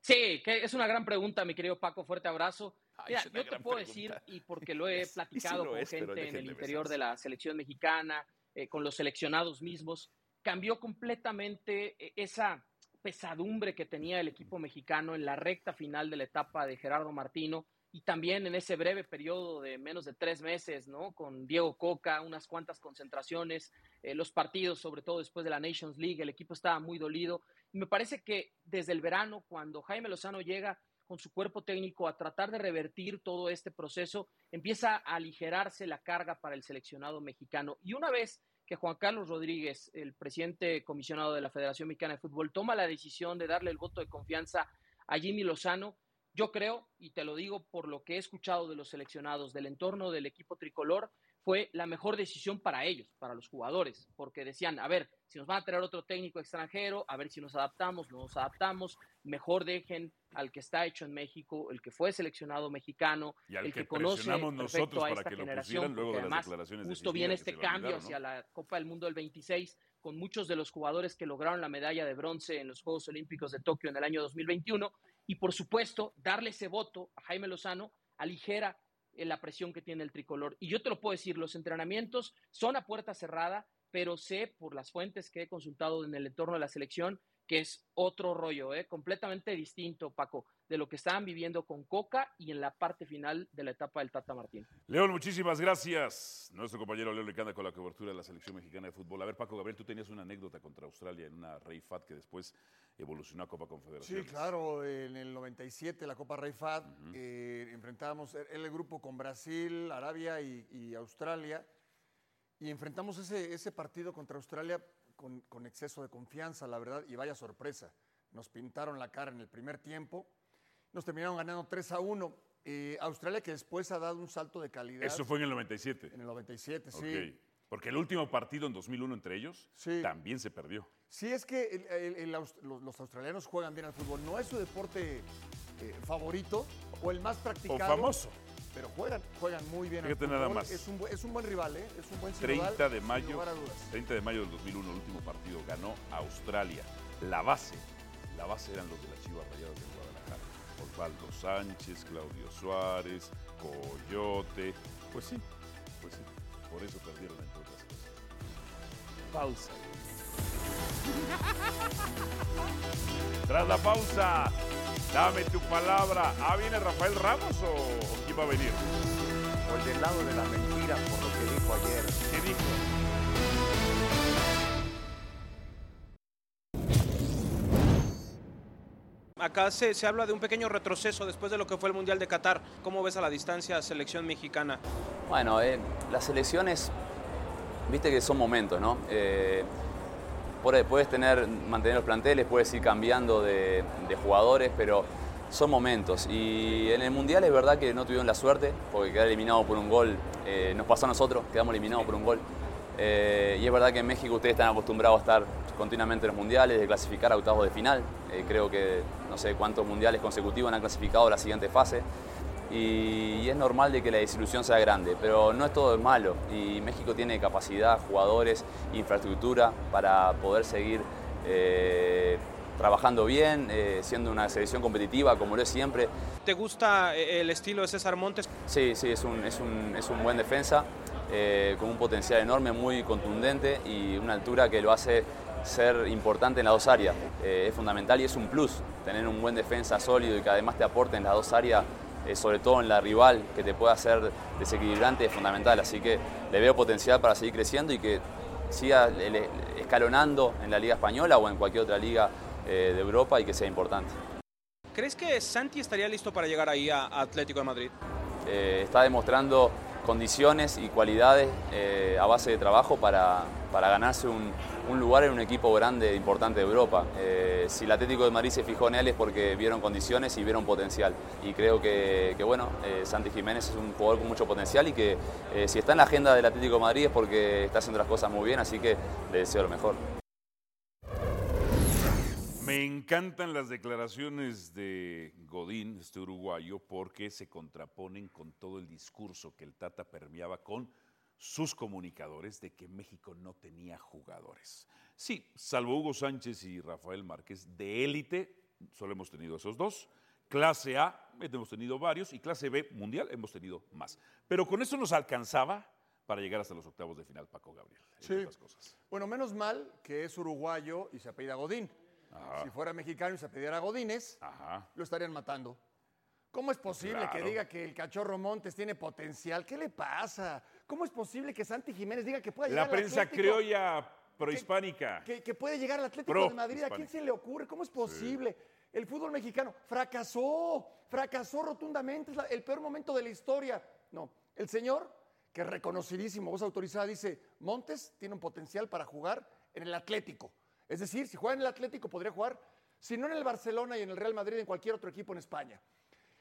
Sí, que es una gran pregunta, mi querido Paco. Fuerte abrazo. Ay, Mira, es una yo te gran puedo pregunta. decir, y [laughs] porque lo he Y sí platicado lo con es, pero gente en déjenme el interior besarse. de la selección mexicana, eh, con los seleccionados mismos, cambió completamente eh, esa pesadumbre que tenía el equipo mexicano en la recta final de la etapa de Gerardo Martino y también en ese breve periodo de menos de tres meses, ¿no? Con Diego Coca, unas cuantas concentraciones, eh, los partidos, sobre todo después de la Nations League, el equipo estaba muy dolido. Y me parece que desde el verano, cuando Jaime Lozano llega con su cuerpo técnico a tratar de revertir todo este proceso, empieza a aligerarse la carga para el seleccionado mexicano. Y una vez que Juan Carlos Rodríguez, el presidente comisionado de la Federación Mexicana de Fútbol, toma la decisión de darle el voto de confianza a Jimmy Lozano, yo creo, y te lo digo por lo que he escuchado de los seleccionados, del entorno del equipo tricolor, fue la mejor decisión para ellos, para los jugadores, porque decían, a ver, si nos van a traer otro técnico extranjero, a ver si nos adaptamos, no nos adaptamos, mejor dejen al que está hecho en México, el que fue seleccionado mexicano, Y al el que que, conoce presionamos perfecto nosotros a para esta que lo generación, pusieran luego porque de las además declaraciones de justo Cisneros, viene que este se lo olvidaron, cambio ¿no? hacia la Copa del Mundo del 26, con muchos de los jugadores que lograron la medalla de bronce en los Juegos Olímpicos de Tokio en el año 2021, y por supuesto, darle ese voto a Jaime Lozano aligera eh, la presión que tiene el tricolor. Y yo te lo puedo decir, los entrenamientos son a puerta cerrada, pero sé por las fuentes que he consultado en el entorno de la selección que es otro rollo, ¿eh? completamente distinto, Paco, de lo que estaban viviendo con Coca y en la parte final de la etapa del Tata Martín. León, muchísimas gracias. Nuestro compañero León Lecanda con la cobertura de la selección mexicana de fútbol. A ver, Paco Gabriel, tú tenías una anécdota contra Australia en una Rey Fat que después evolucionó a Copa Confederación. Sí, claro, en el 97 la Copa Rey Fad eh, enfrentábamos el, el grupo con Brasil, Arabia y, y Australia y enfrentamos ese, ese partido contra Australia con, con exceso de confianza, la verdad, y vaya sorpresa. Nos pintaron la cara en el primer tiempo, nos terminaron ganando 3 a 1. eh, Australia que después ha dado un salto de calidad. Eso fue en el 97. En el 97, sí. Porque el último partido en 2001 entre ellos también se perdió. Sí, es que el- el- el aus- los, los australianos juegan bien al fútbol. No es su deporte eh, favorito o el más practicado. famoso. Pero juegan, juegan muy bien Fíjate al fútbol. nada más. Es un, bu- es un buen rival, ¿eh? Es un buen sin lugar- 30 de sin mayo, lugar a dudas. 30 de mayo del 2001, el último partido ganó Australia. La base, la base eran los de las Chivas Rayadas de Guadalajara. Osvaldo Sánchez, Claudio Suárez, Coyote. Pues sí, pues sí. Por eso perdieron entre otras cosas. Pausa. Tras la pausa, dame tu palabra. Ah, viene Rafael Ramos o o quién va a venir? Pues del lado de la mentira, por lo que dijo ayer. ¿Qué dijo? Acá se, se habla de un pequeño retroceso después de lo que fue el Mundial de Qatar. ¿Cómo ves a la distancia a selección mexicana? Bueno, eh, las elecciones, viste que son momentos, ¿no? Eh, por ahí puedes tener, mantener los planteles, puedes ir cambiando de, de jugadores, pero son momentos. Y en el Mundial es verdad que no tuvieron la suerte, porque quedar eliminado por un gol eh, nos pasó a nosotros, quedamos eliminados por un gol. Eh, y es verdad que en México ustedes están acostumbrados a estar continuamente en los mundiales, de clasificar a octavos de final. Eh, creo que no sé cuántos mundiales consecutivos han clasificado a la siguiente fase. Y, y es normal de que la desilusión sea grande, pero no es todo malo. Y México tiene capacidad, jugadores, infraestructura para poder seguir eh, trabajando bien, eh, siendo una selección competitiva como lo es siempre. ¿Te gusta eh, el estilo de César Montes? Sí, sí, es un, es un- es un buen defensa, eh, con un potencial enorme, muy contundente y una altura que lo hace ser importante en las dos áreas. Eh, es fundamental y es un plus tener un buen defensa sólido y que además te aporte en las dos áreas, eh, sobre todo en la rival, que te pueda hacer desequilibrante, es fundamental. Así que le veo potencial para seguir creciendo y que siga el- el- escalonando en la Liga Española o en cualquier otra liga eh, de Europa y que sea importante. ¿Crees que Santi estaría listo para llegar ahí a a Atlético de Madrid? Eh, está demostrando condiciones y cualidades eh, a base de trabajo para, para ganarse un, un lugar en un equipo grande e importante de Europa. Eh, si el Atlético de Madrid se fijó en él es porque vieron condiciones y vieron potencial. Y creo que, que bueno, eh, Santi Jiménez es un jugador con mucho potencial y que eh, si está en la agenda del Atlético de Madrid es porque está haciendo las cosas muy bien, así que le deseo lo mejor. Me encantan las declaraciones de Godín, este uruguayo, porque se contraponen con todo el discurso que el Tata permeaba con sus comunicadores de que México no tenía jugadores. Sí, salvo Hugo Sánchez y Rafael Márquez, de élite solo hemos tenido esos dos. Clase A hemos tenido varios y clase B mundial hemos tenido más. Pero con eso nos alcanzaba para llegar hasta los octavos de final, Paco Gabriel. entre Sí. otras cosas. Bueno, menos mal que es uruguayo y se apellida Godín. Ajá. Si fuera mexicano y se apellidara Godínez, lo estarían matando. ¿Cómo es posible que Ah. Claro. diga que el cachorro Montes tiene potencial? ¿Qué le pasa? ¿Cómo es posible que Santi Jiménez diga que puede llegar La al prensa Atlético? criolla prohispánica. que, que puede llegar al Atlético Pro de Madrid. ¿A quién hispánico. se le ocurre? ¿Cómo es posible? El fútbol mexicano fracasó, fracasó rotundamente. Es la- el peor momento de la historia. No, el señor, que es reconocidísimo, voz autorizada, dice, Montes tiene un potencial para jugar en el Atlético. Es decir, si juega en el Atlético podría jugar, si no en el Barcelona y en el Real Madrid, en cualquier otro equipo en España.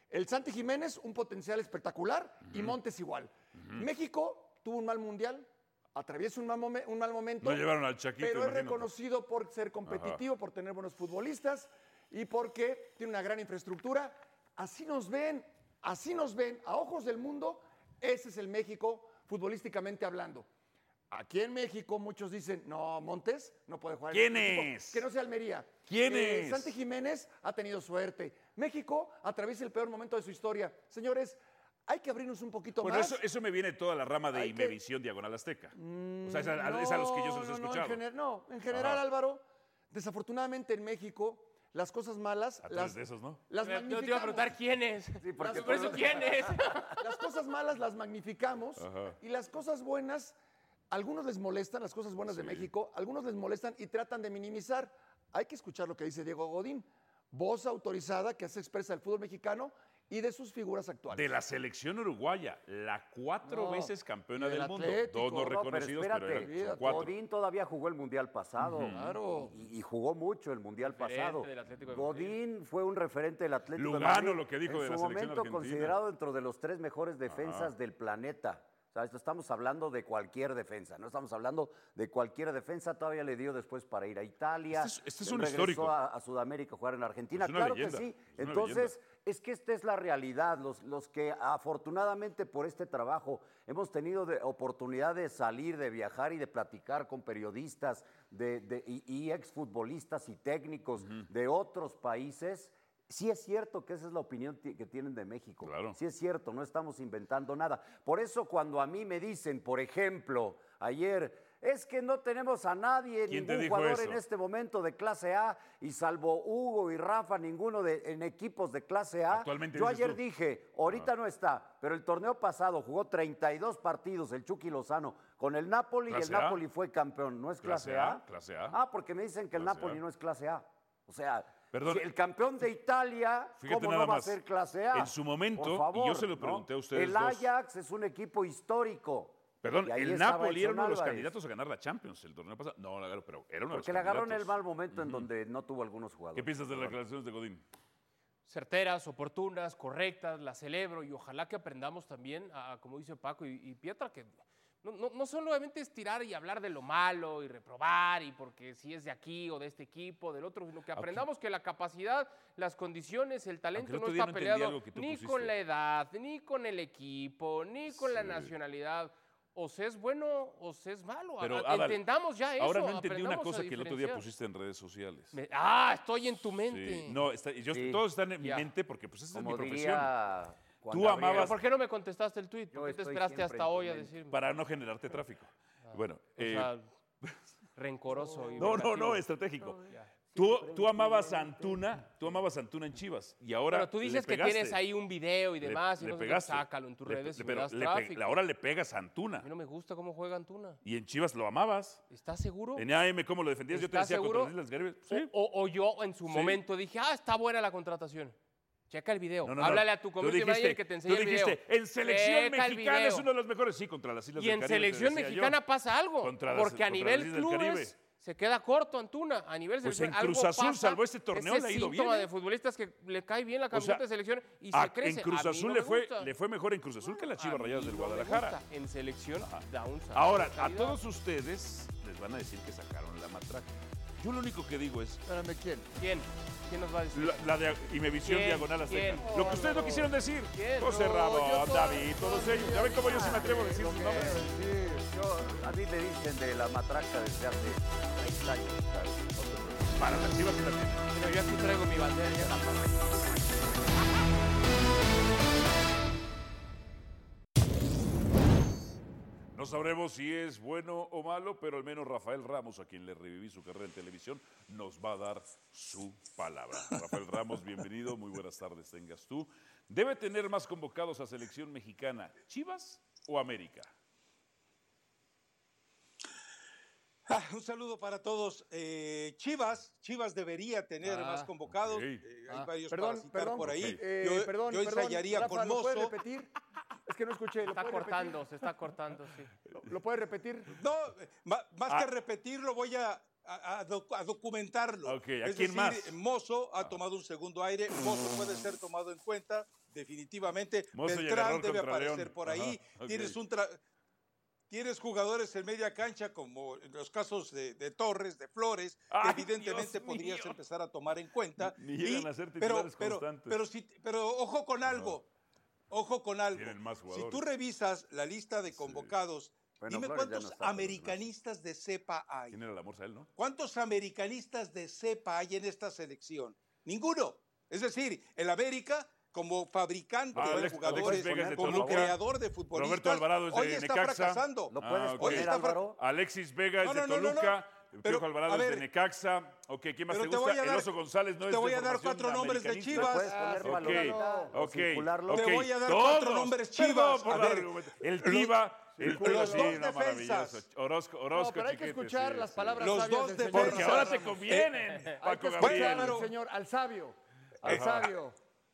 El Santi Jiménez, un potencial espectacular, y Montes igual. México tuvo un mal mundial, atraviesa un mal, momen- un mal momento. No llevaron al Chaquito, Pero es imagínate. reconocido por ser competitivo, por tener buenos futbolistas y porque tiene una gran infraestructura. Así nos ven, así nos ven, a ojos del mundo, ese es el México futbolísticamente hablando. Aquí en México muchos dicen, no, Montes no puede jugar. en ¿Quién este equipo, es? Que no sea Almería. ¿Quién Eh, es? Santi Jiménez ha tenido suerte. México atraviesa el peor momento de su historia. Señores, hay que abrirnos un poquito Bueno, más. eso, eso me viene toda la rama de Imevisión Diagonal Azteca. o sea, es a, es a los que yo se los he Mm, No, no, no, escuchado. en gener- no, en general, Ajá. Álvaro, desafortunadamente en México, las cosas malas. tú las, eres de esos, ¿no? Las Yo te iba a magnificamos. preguntar quién es. Sí, porque Las- por eso, ¿quién es? [laughs] Las cosas malas las magnificamos Ajá. y las cosas buenas, algunos les molestan, las cosas buenas de México, algunos les molestan y tratan de minimizar. Hay que escuchar lo que dice Diego Godín, voz autorizada que se expresa del fútbol mexicano y de sus figuras actuales. De la selección uruguaya, la cuatro No, veces campeona y del del mundo. Atlético. Dos no, No, pero reconocidos, pero, espérate, eran cuatro. Godín todavía jugó el Mundial pasado. Ujú. Claro. Y, y jugó mucho el Mundial Referente pasado. del Atlético de Godín fue un referente del Atlético de Lugano Madrid. lo que dijo en de la su selección momento argentina. considerado dentro de los tres mejores defensas Ajá. del planeta. O sea, esto estamos hablando de cualquier defensa, no estamos hablando de cualquier defensa. Todavía le dio después para ir a Italia. Este es- este es un regresó histórico. A, a Sudamérica a jugar en Argentina. Es una claro leyenda, que sí. es una Entonces, es que esta es la realidad. Los, los que afortunadamente por este trabajo hemos tenido de- oportunidad de salir, de viajar y de platicar con periodistas de, de- y, y exfutbolistas y técnicos de otros países. Sí es cierto que esa es la opinión ti- que tienen de México. Sí es cierto, no estamos inventando nada. Por eso cuando a mí me dicen, por ejemplo, ayer, es que no tenemos a nadie, ¿Quién te ningún dijo jugador eso? en este momento de clase A y salvo Hugo y Rafa, ninguno de, en equipos de clase A. Actualmente Yo dices ayer tú. Ah. dije, ahorita no está, pero el torneo pasado jugó 32 partidos el Chucky Lozano con el Napoli y el ¿Clase A? Napoli fue campeón. ¿No es clase, Clase A, A? clase A. Ah, porque me dicen que el Clase Napoli A. no es clase A. O sea, Perdón. si el campeón de Italia, Fíjate ¿cómo nada no va más. a ser clase A? En su momento, Por y favor, yo se lo ¿no? pregunté a ustedes El dos. Ajax es un equipo histórico. Perdón, Y ahí el estaba Napoli era Edson uno de los Álvarez. candidatos a ganar la Champions el torneo pasado. No, la ganó, pero era uno de los Porque le agarraron el candidatos. mal momento en donde no tuvo algunos jugadores. ¿Qué piensas de las declaraciones de Godín? certeras, oportunas, correctas, las celebro y ojalá que aprendamos también, a- a, como dice Paco y, y Pietra, que no, no, no solamente es tirar y hablar de lo malo y reprobar y porque si es de aquí o de este equipo, del otro, sino que aprendamos que la capacidad, las condiciones, el talento el no otro día está no entendí peleado algo que tú ni pusiste. con la edad, ni con el equipo, ni con la Sí. nacionalidad. O se es bueno o se es malo. Pero, A- Adal, entendamos ya eso. Ahora no entendí una aprendamos a cosa que el otro día diferenciar. pusiste en redes sociales. Me- ah, estoy en tu mente. Sí, No, está- yo- Sí. todos están en mi Ya. mente porque pues esa Como es mi profesión. diría Juan Tú Gabriel. amabas ¿Por qué no me contestaste el tweet? ¿Por qué te estoy esperaste siempre hasta en tu hoy a mente. decirme? para no generarte tráfico. Bueno, Ah. O eh, [laughs] sea, rencoroso. y no, no, no, vengativo. estratégico. Tú, tú amabas a Antuna, tú amabas a Antuna en Chivas y ahora Pero tú le dices que pegaste. tienes ahí un video y Le- demás. y le no sé qué, pegaste. Sácalo en tus Le- redes le- y me pero das le pe- tráfico. ahora le pegas a Antuna A mí no me gusta cómo juega Antuna. y en Chivas lo amabas. ¿Estás seguro? En AM, ¿cómo lo defendías? Yo te ¿Estás decía seguro? contra las Garibes. Sí. O, o- o yo en su Sí. momento dije, ah, está buena la contratación. Checa el video. No, no, no. Háblale a tu Tú community dijiste- manager que te enseñe tú dijiste, el video. En selección Checa el mexicana es video. uno de los mejores. Sí, contra las Islas Y del en Caribe, te selección decía yo. mexicana pues, pasa algo. Contra las- porque contra a las nivel Islas del Caribe. clubes se queda corto Antuna. A nivel Pues selección en Cruz algo Azul, pasa. salvo este torneo, le Ese ha ido bien, síntoma ¿eh? de futbolistas que le cae bien la O sea, camiseta de selección y se a- crece. Ah, En Cruz A mí Azul no le, me fue, gusta. le fue mejor en Cruz Azul que en las Chivas Rayadas del No me Guadalajara. gusta. En selección da un salto. Ahora, a Calidad. todos ustedes les van a decir que sacaron la matraca. Yo lo único que digo es. Espérame, ¿quién? ¿Quién? ¿Quién nos va a decir? La, la de, y me visión ¿Quién? diagonal azteca. ¿Quién? Lo que ustedes no Álvaro. quisieron decir. ¿Quién? José No, Ramón, yo todo- David, todos ellos. Ya ven cómo yo sí me atrevo a decir sus nombres. Yo- a mí me dicen de la matraca desde hace 30 años. Para las chivas y la tienen. Pero yo aquí traigo mi bandera. ya la amarré. No sabremos si es bueno o malo, pero al menos Rafael Ramos, a quien le reviví su carrera en televisión, nos va a dar su palabra. Rafael Ramos, bienvenido, muy buenas tardes tengas tú. ¿Debe tener más convocados a selección mexicana, Chivas o América? Ah, Un saludo para todos. Eh, Chivas, Chivas debería tener Ah, más convocados. ok. Eh, hay Ah, varios perdón, para citar perdón, por ahí. ok. Eh, yo perdón, yo perdón, entallaría Rafa, con ¿lo puede Mozo. repetir? Es que no escuché. ¿Lo Está puede repetir? cortando, se está cortando, sí. ¿Lo puede repetir? No, ma- más Ah. que repetirlo, voy a, a- a docu- a documentarlo. Ok, ¿a es quién decir, más? Mozo Ah. ha tomado un segundo aire. Mozo puede ser tomado en cuenta, definitivamente. Mozo y el Beltrán error debe contra aparecer León. por ahí. Ajá, ok. Tienes un tra- Tienes jugadores en media cancha, como en los casos de, de Torres, de Flores, ¡Ay, que evidentemente Dios podrías mío! empezar a tomar en cuenta. [laughs] Ni llegan a ser titulares pero, pero, constantes. pero, si- pero ojo con algo, ojo con algo. Tienen más Si jugadores. tú revisas la lista de convocados, Bueno, Flores dime ya cuántos no está, pero los demás. americanistas de cepa hay. ¿Quién era la morsa él, no? ¿Cuántos americanistas de cepa hay en esta selección? Ninguno. Es decir, el América como fabricante Ah, de Alex- Alex jugadores, Vega es de como Toluca. creador de futbolistas, Roberto Alvarado es de hoy está Necaxa. fracasando. Ah, ok. Hoy está fra- Alexis Vega No, es de no, no, no, no. Toluca. Piojo Pero, Alvarado a es de ver, Necaxa. Ok, ¿quién más pero te te gusta? voy a dar- El Oso González no te es de voy a dar formación cuatro nombres de americanista. Chivas. Puedes ponerlo a la Ok, mitad o ok, circularlo. ok. Te voy a dar Todos. cuatro nombres Chivas. Perdón por A la ver, argumenta- El los- Tiva, el los Tiva, dos sí, no, defensas. maravilloso. Orozco, Orozco, No, pero hay que Chiquete, escuchar sí, las sí. palabras Los sabias dos del defensas. señor Porque Rafa ahora te Eh, Ramos. convienen, Hay Paco que escuchar Gabriel. al señor, al sabio, al Ajá. sabio,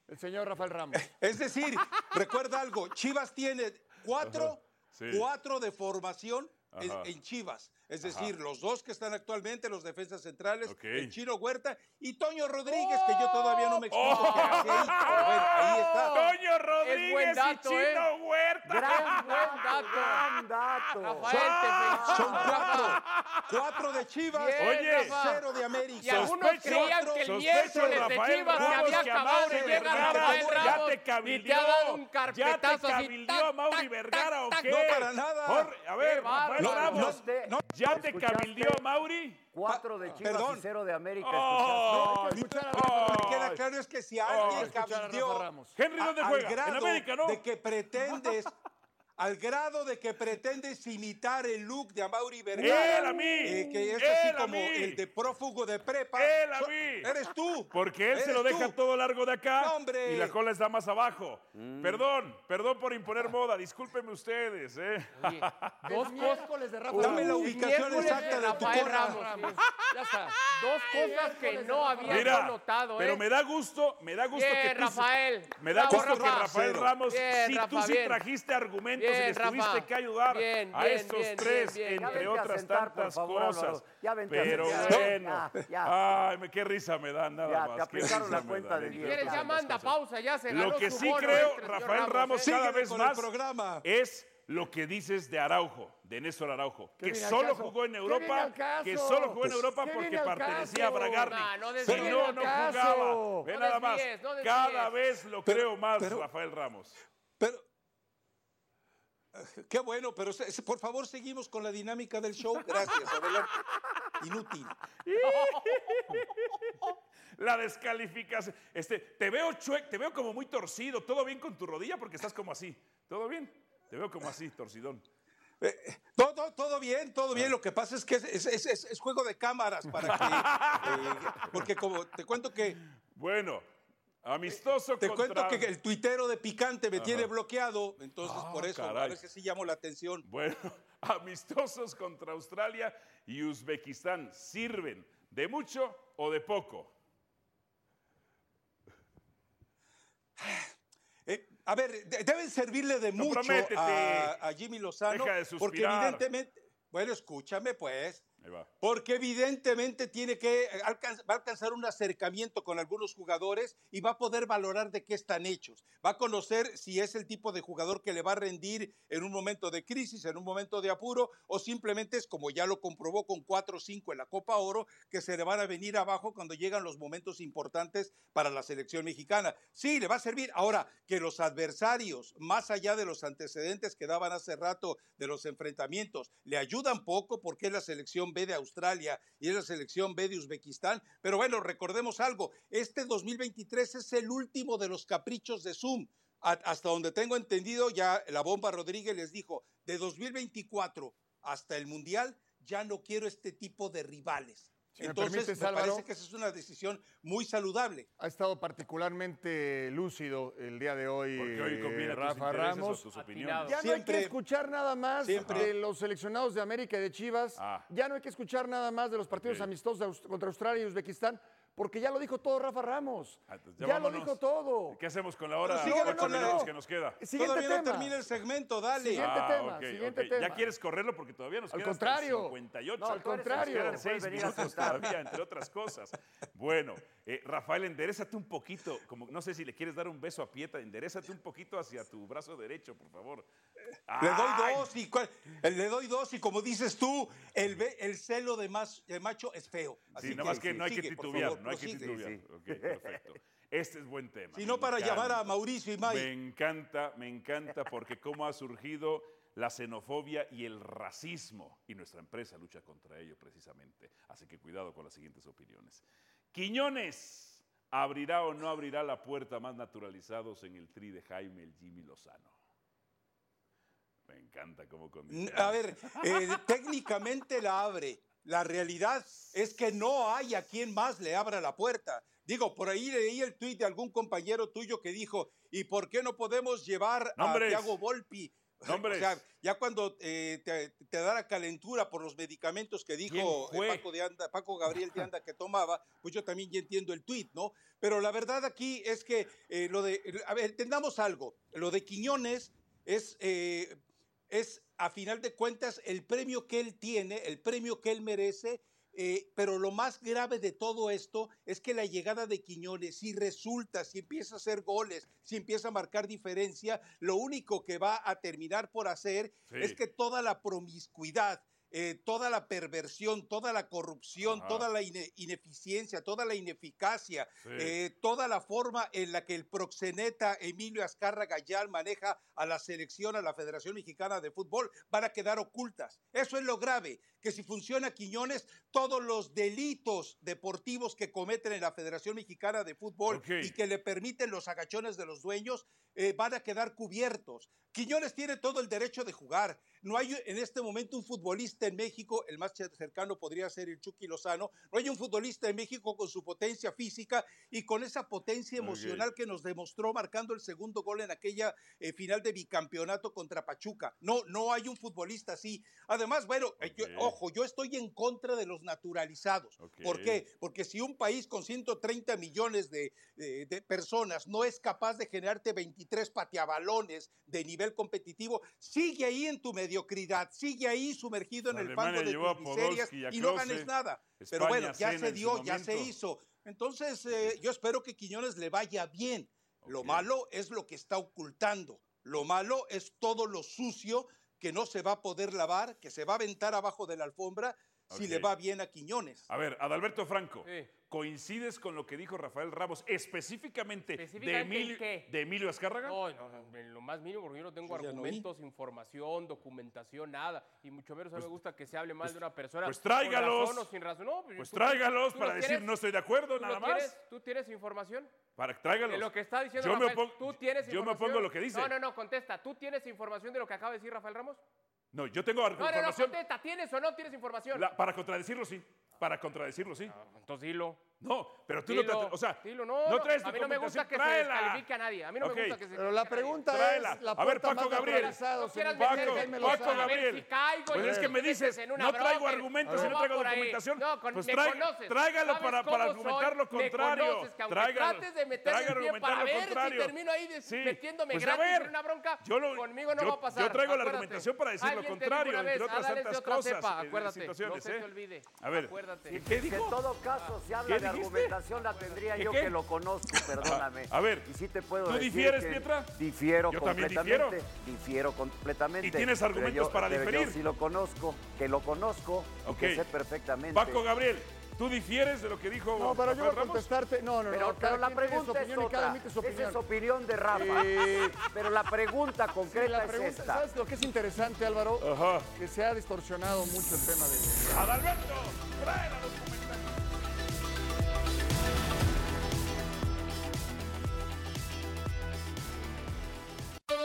el señor Rafael Ramos. Es decir, recuerda algo, Chivas tiene cuatro, Sí. cuatro de formación en, Ajá. en Chivas. Es Ajá. decir, los dos que están actualmente, los defensas centrales, Ok. el Chino Huerta y Toño Rodríguez, que ¡Oh! yo todavía no me explico qué hace ahí. Pero bueno, ahí está. Oh. Toño Es buen Rodríguez y dato, ¿eh? Chino Huerta. Gran buen dato. Gran dato. Ah, Rafael, te felicito. Son cuatro. Cuatro de Chivas, Bien, Oye, Rafa. cero de América. Y algunos creían que el miércoles de Chivas se había acabado de llegar Rafael Ramos y te ha dado un carpetazo ya te así. cabildió a Mauri Vergara o qué? No, para nada. Jorge, a ver, Qué Rafael bárbaro. Ramos, No, no. ¿ya te ¿Escuchaste? cabildió a Mauri? Cuatro de Chivas y cero de América. Ah, Oh, escuchaste. Lo que queda claro es que si alguien Rafa cambió Ramos. Henry, ¿dónde juega? En América, ¿no? de que pretendes, [laughs] al grado de que pretendes imitar el look de Amauri Vergara, ¡Él a mí! eh, que es ¡Él así a como mí! el de prófugo de prepa, Él a so- mí. eres tú. Porque él se Eres lo deja tú. todo largo de acá No, hombre. y la cola está más abajo. Perdón, perdón por imponer moda, discúlpenme ustedes. ¿eh? Dos miércoles de Rafa Dame Ramos. la El ubicación miércoles exacta de tu Rafael porra. Ramos. Ya está. Dos cosas que no había yo Mira, notado, pero ¿eh? me da gusto, me da gusto Bien, que tú, Rafael. me da Bravo, gusto Rafa. que Rafael Cero. Ramos, Bien, si tú Rafa, sí bien. trajiste argumentos y Bien, les tuviste Rafa. que ayudar Bien, a bien, estos bien, tres, bien, bien. Ya entre vente a otras sentar, por tantas favor, cosas. Álvaro. Ya vente a pero sentar. bueno, Ya, ya. ay, me- qué risa me dan nada Ya, más. te qué aplicaron risa la me cuenta dan. de Si quieres, ya manda pausa, ya se ganó Lo que su sí bono creo, extra, señor Rafael Ramos, ¿eh? cada vez con más el programa. es lo que dices de Araujo, de Néstor Araujo, ¿Qué que viene al solo caso? jugó en ¿Qué Europa, viene al caso? que solo jugó en Pues, Europa ¿qué porque viene al pertenecía caso? a Bragarni. Nah, no si desvíes no, el no caso. jugaba. No Ve nada más. desvíes, no Cada desvíes. vez lo Pero- creo más, pero- Rafael Ramos. eh, Qué bueno, pero se- se- por favor seguimos con la dinámica del show. Gracias, adelante. Inútil. La descalificas. Este, te veo chueco, te veo como muy torcido. ¿Todo bien con tu rodilla? Porque estás como así. ¿Todo bien? Te veo como así, torcidón. Eh, Todo, todo bien, todo bien. Lo que pasa es que es, es- es- es- es juego de cámaras para que. eh, porque como te cuento que. Bueno, amistoso Te contra- cuento que el tuitero de Picante me Ajá. tiene bloqueado. Entonces, Ah, por eso a caray. veces sí llamo la atención. Bueno, [laughs] amistosos contra Australia y Uzbekistán. ¿Sirven de mucho o de poco? Eh, A ver, de- deben servirle de mucho Comprométete. a, a Jimmy Lozano. Deja de porque suspirar. evidentemente, bueno, escúchame pues. Ahí va. Porque evidentemente tiene que eh, alcanz- va a alcanzar un acercamiento con algunos jugadores y va a poder valorar de qué están hechos. Va a conocer si es el tipo de jugador que le va a rendir en un momento de crisis, en un momento de apuro, o simplemente es como ya lo comprobó con 4 o 5 en la Copa Oro, que se le van a venir abajo cuando llegan los momentos importantes para la selección mexicana. Sí, le va a servir. Ahora, que los adversarios, más allá de los antecedentes que daban hace rato de los enfrentamientos, le ayudan poco porque es la selección B de Australia y es la selección B de Uzbekistán. Pero bueno, recordemos algo, este 2023 es el último de los caprichos de Zoom. A- hasta donde tengo entendido, ya la bomba Rodríguez les dijo, de 2024 hasta el Mundial, ya no quiero este tipo de rivales. Si me Entonces, permites, me Álvaro. parece que esa es una decisión muy saludable. Ha estado particularmente lúcido el día de hoy, Porque hoy eh, conviene a tus Rafa intereses o a Ramos. tus opiniones. Ya no hay Siempre. que escuchar nada más Siempre. Ah. de los seleccionados de América y de Chivas. Ya no hay que escuchar nada más de los partidos Ok. amistosos de Aus- contra Australia y Uzbekistán, porque ya lo dijo todo Rafa Ramos. pues ya Ya, lo vámonos. dijo todo. ¿Qué hacemos con la hora? Pero sigue Ocho con la- minutos que nos queda. Siguiente Todavía no tema. termina el segmento, dale. Siguiente tema, Ah, ok, siguiente ok. tema. Ya quieres correrlo porque todavía nos Al queda hasta contrario. el 58. No, al Nos contrario. quedan Te puedes seis venir a minutos sentar. todavía, entre otras cosas. Bueno, eh, Rafael, enderezate un poquito. Como, no sé si le quieres dar un beso a Pieta. Enderezate un poquito hacia tu brazo derecho, por favor. Le Ay, doy dos y cuál- le doy dos y como dices tú, el, ve- el celo de, mas- de macho es feo. Sí, nada más que no hay que sigue, por titubear, favor, no hay que prosigue. titubear. Ok, perfecto. Este es buen tema. Si me no, para encanta. llamar a Mauricio y May. Me encanta, me encanta, porque cómo ha surgido la xenofobia y el racismo. Y nuestra empresa lucha contra ello precisamente. Así que cuidado con las siguientes opiniones. Quiñones, ¿abrirá o no abrirá la puerta a más naturalizados en el tri de Jaime el Jimmy Lozano? Me encanta cómo N- condiciona. A ver, eh, técnicamente la abre. La realidad es que no hay a quien más le abra la puerta. Digo, por ahí leí el tuit de algún compañero tuyo que dijo, ¿y por qué no podemos llevar Nombres. a Thiago Volpi? [laughs] Nombres. O sea, ya cuando eh, te, te da la calentura por los medicamentos que dijo ¿Quién fue? eh, Paco, de Anda- Paco Gabriel de Anda que tomaba, pues yo también ya entiendo el tuit, ¿no? Pero la verdad aquí es que eh, lo de, a ver, entendamos algo, lo de Quiñones es, eh, es a final de cuentas el premio que él tiene, el premio que él merece. eh, pero lo más grave de todo esto es que la llegada de Quiñones, si resulta, si empieza a hacer goles, si empieza a marcar diferencia, lo único que va a terminar por hacer Sí. es que toda la promiscuidad, eh, toda la perversión, toda la corrupción, Ajá. toda la ine- ineficiencia, toda la ineficacia, Sí. eh, toda la forma en la que el proxeneta Emilio Azcarra Gallal maneja a la selección, a la Federación Mexicana de Fútbol, van a quedar ocultas. Eso es lo grave, que si funciona Quiñones, todos los delitos deportivos que cometen en la Federación Mexicana de Fútbol Ok. y que le permiten los agachones de los dueños, eh, van a quedar cubiertos. Quiñones tiene todo el derecho de jugar. No hay en este momento un futbolista en México, el más cercano podría ser el Chucky Lozano, no hay un futbolista en México con su potencia física y con esa potencia Ok. emocional que nos demostró marcando el segundo gol en aquella eh, final de bicampeonato contra Pachuca. No, no hay un futbolista así. Además, bueno, eh, yo- Ok. ojo, yo estoy en contra de los naturalizados. ¿Por Ok. qué? Porque si un país con 130 millones de, de- de personas no es capaz de generarte 23 pateabalones de nivel competitivo, sigue ahí en tu mediocridad, sigue ahí sumergido en el Alemania fango de llevó a tus miserias Podolski y a y no Klose. ganes nada. España Pero bueno, ya cena se en su dio, ya se momento. hizo. Entonces, eh, yo espero que Quiñones le vaya bien. Lo malo es lo que está ocultando. Lo malo es todo lo sucio que no se va a poder lavar, que se va a aventar abajo de la alfombra si Ok. le va bien a Quiñones. A ver, Adalberto Franco, Sí. ¿coincides con lo que dijo Rafael Ramos específicamente, de, ¿Específicamente en Emilio, qué? de Emilio Azcárraga? No, no, no, en lo más mínimo, porque yo no tengo Yo ya no vi. argumentos, información, documentación, nada. Y mucho menos a mí me gusta que se hable mal de una persona. pues con tráigalos. razón o sin razón. No, Pues tú- tráigalos tú para no decir tienes- no estoy de acuerdo, tú no nada tienes- más. ¿Tú tienes información? Para tráigalos. De lo que está diciendo yo me Rafael, opongo- ¿tú tienes yo me información? opongo a lo que dice. No, no, no, contesta. ¿Tú tienes información de lo que acaba de decir Rafael Ramos? No, yo tengo No, no, no, información. contesta. ¿Tienes o no tienes información? La- para contradecirlo, sí. Para contradecirlo, sí. Ah, entonces dilo. No, pero tú Dilo, no te. O sea, dilo, no, no no, traes tu a mí no me gusta computación, que se tráela. descalifique a nadie. A mí no Ok, me gusta que se pero la descalifique a pregunta nadie. es, Tráela. la A ver, puerta Paco más Gabriel. naturalizada, No quieras señor. meter Paco, en Paco Paco Gabriel. Gabriel. Si caigo Pues y es que me metes dices, en una no traigo bronca, argumentos y no va traigo por ahí. documentación. No, con- Pues me traiga- conoces. tráigalo Sabes para- para cómo argumentar soy, lo contrario. Me conoces que aunque Tráigalo. trates de meter Tráigalo, el pie argumentar para lo ver contrario. si termino ahí des- Sí. metiéndome Pues a gratis ver, en una bronca, yo lo- conmigo no yo- va a pasar. yo traigo la acuérdate. argumentación para decir lo Alguien te contrario, dijo una entre vez, otras "Ándales de tantas otra cosas, cepa", eh, de acuérdate, situaciones, no se ¿eh? te olvide. A ver, Acuérdate. ¿qué- qué Que dijo? Ah, en todo caso se habla ¿Qué de dijiste? argumentación, la tendría ¿Qué, yo qué? Ah, que lo conozco, perdóname. A ver, y sí te puedo ¿tú decir difieres, que Pietra? Difiero Yo también completamente. difiero. difiero completamente. ¿Y tienes Pero argumentos yo- para pero diferir? Yo sí lo conozco, que lo conozco, y Ok. que sé perfectamente. Paco Gabriel, ¿tú difieres de lo que dijo No, pero yo Rafael voy a Ramos? contestarte. No, no, Pero, no. pero cada la quien tiene su pregunta es opinión y cada otra. emite su Esa es opinión. opinión de Rafa. Sí. Pero la pregunta concreta Sí, la es pregunta, esta. ¿sabes lo que es interesante, Álvaro? Ajá. Que se ha distorsionado mucho el tema de... ¡Adalberto!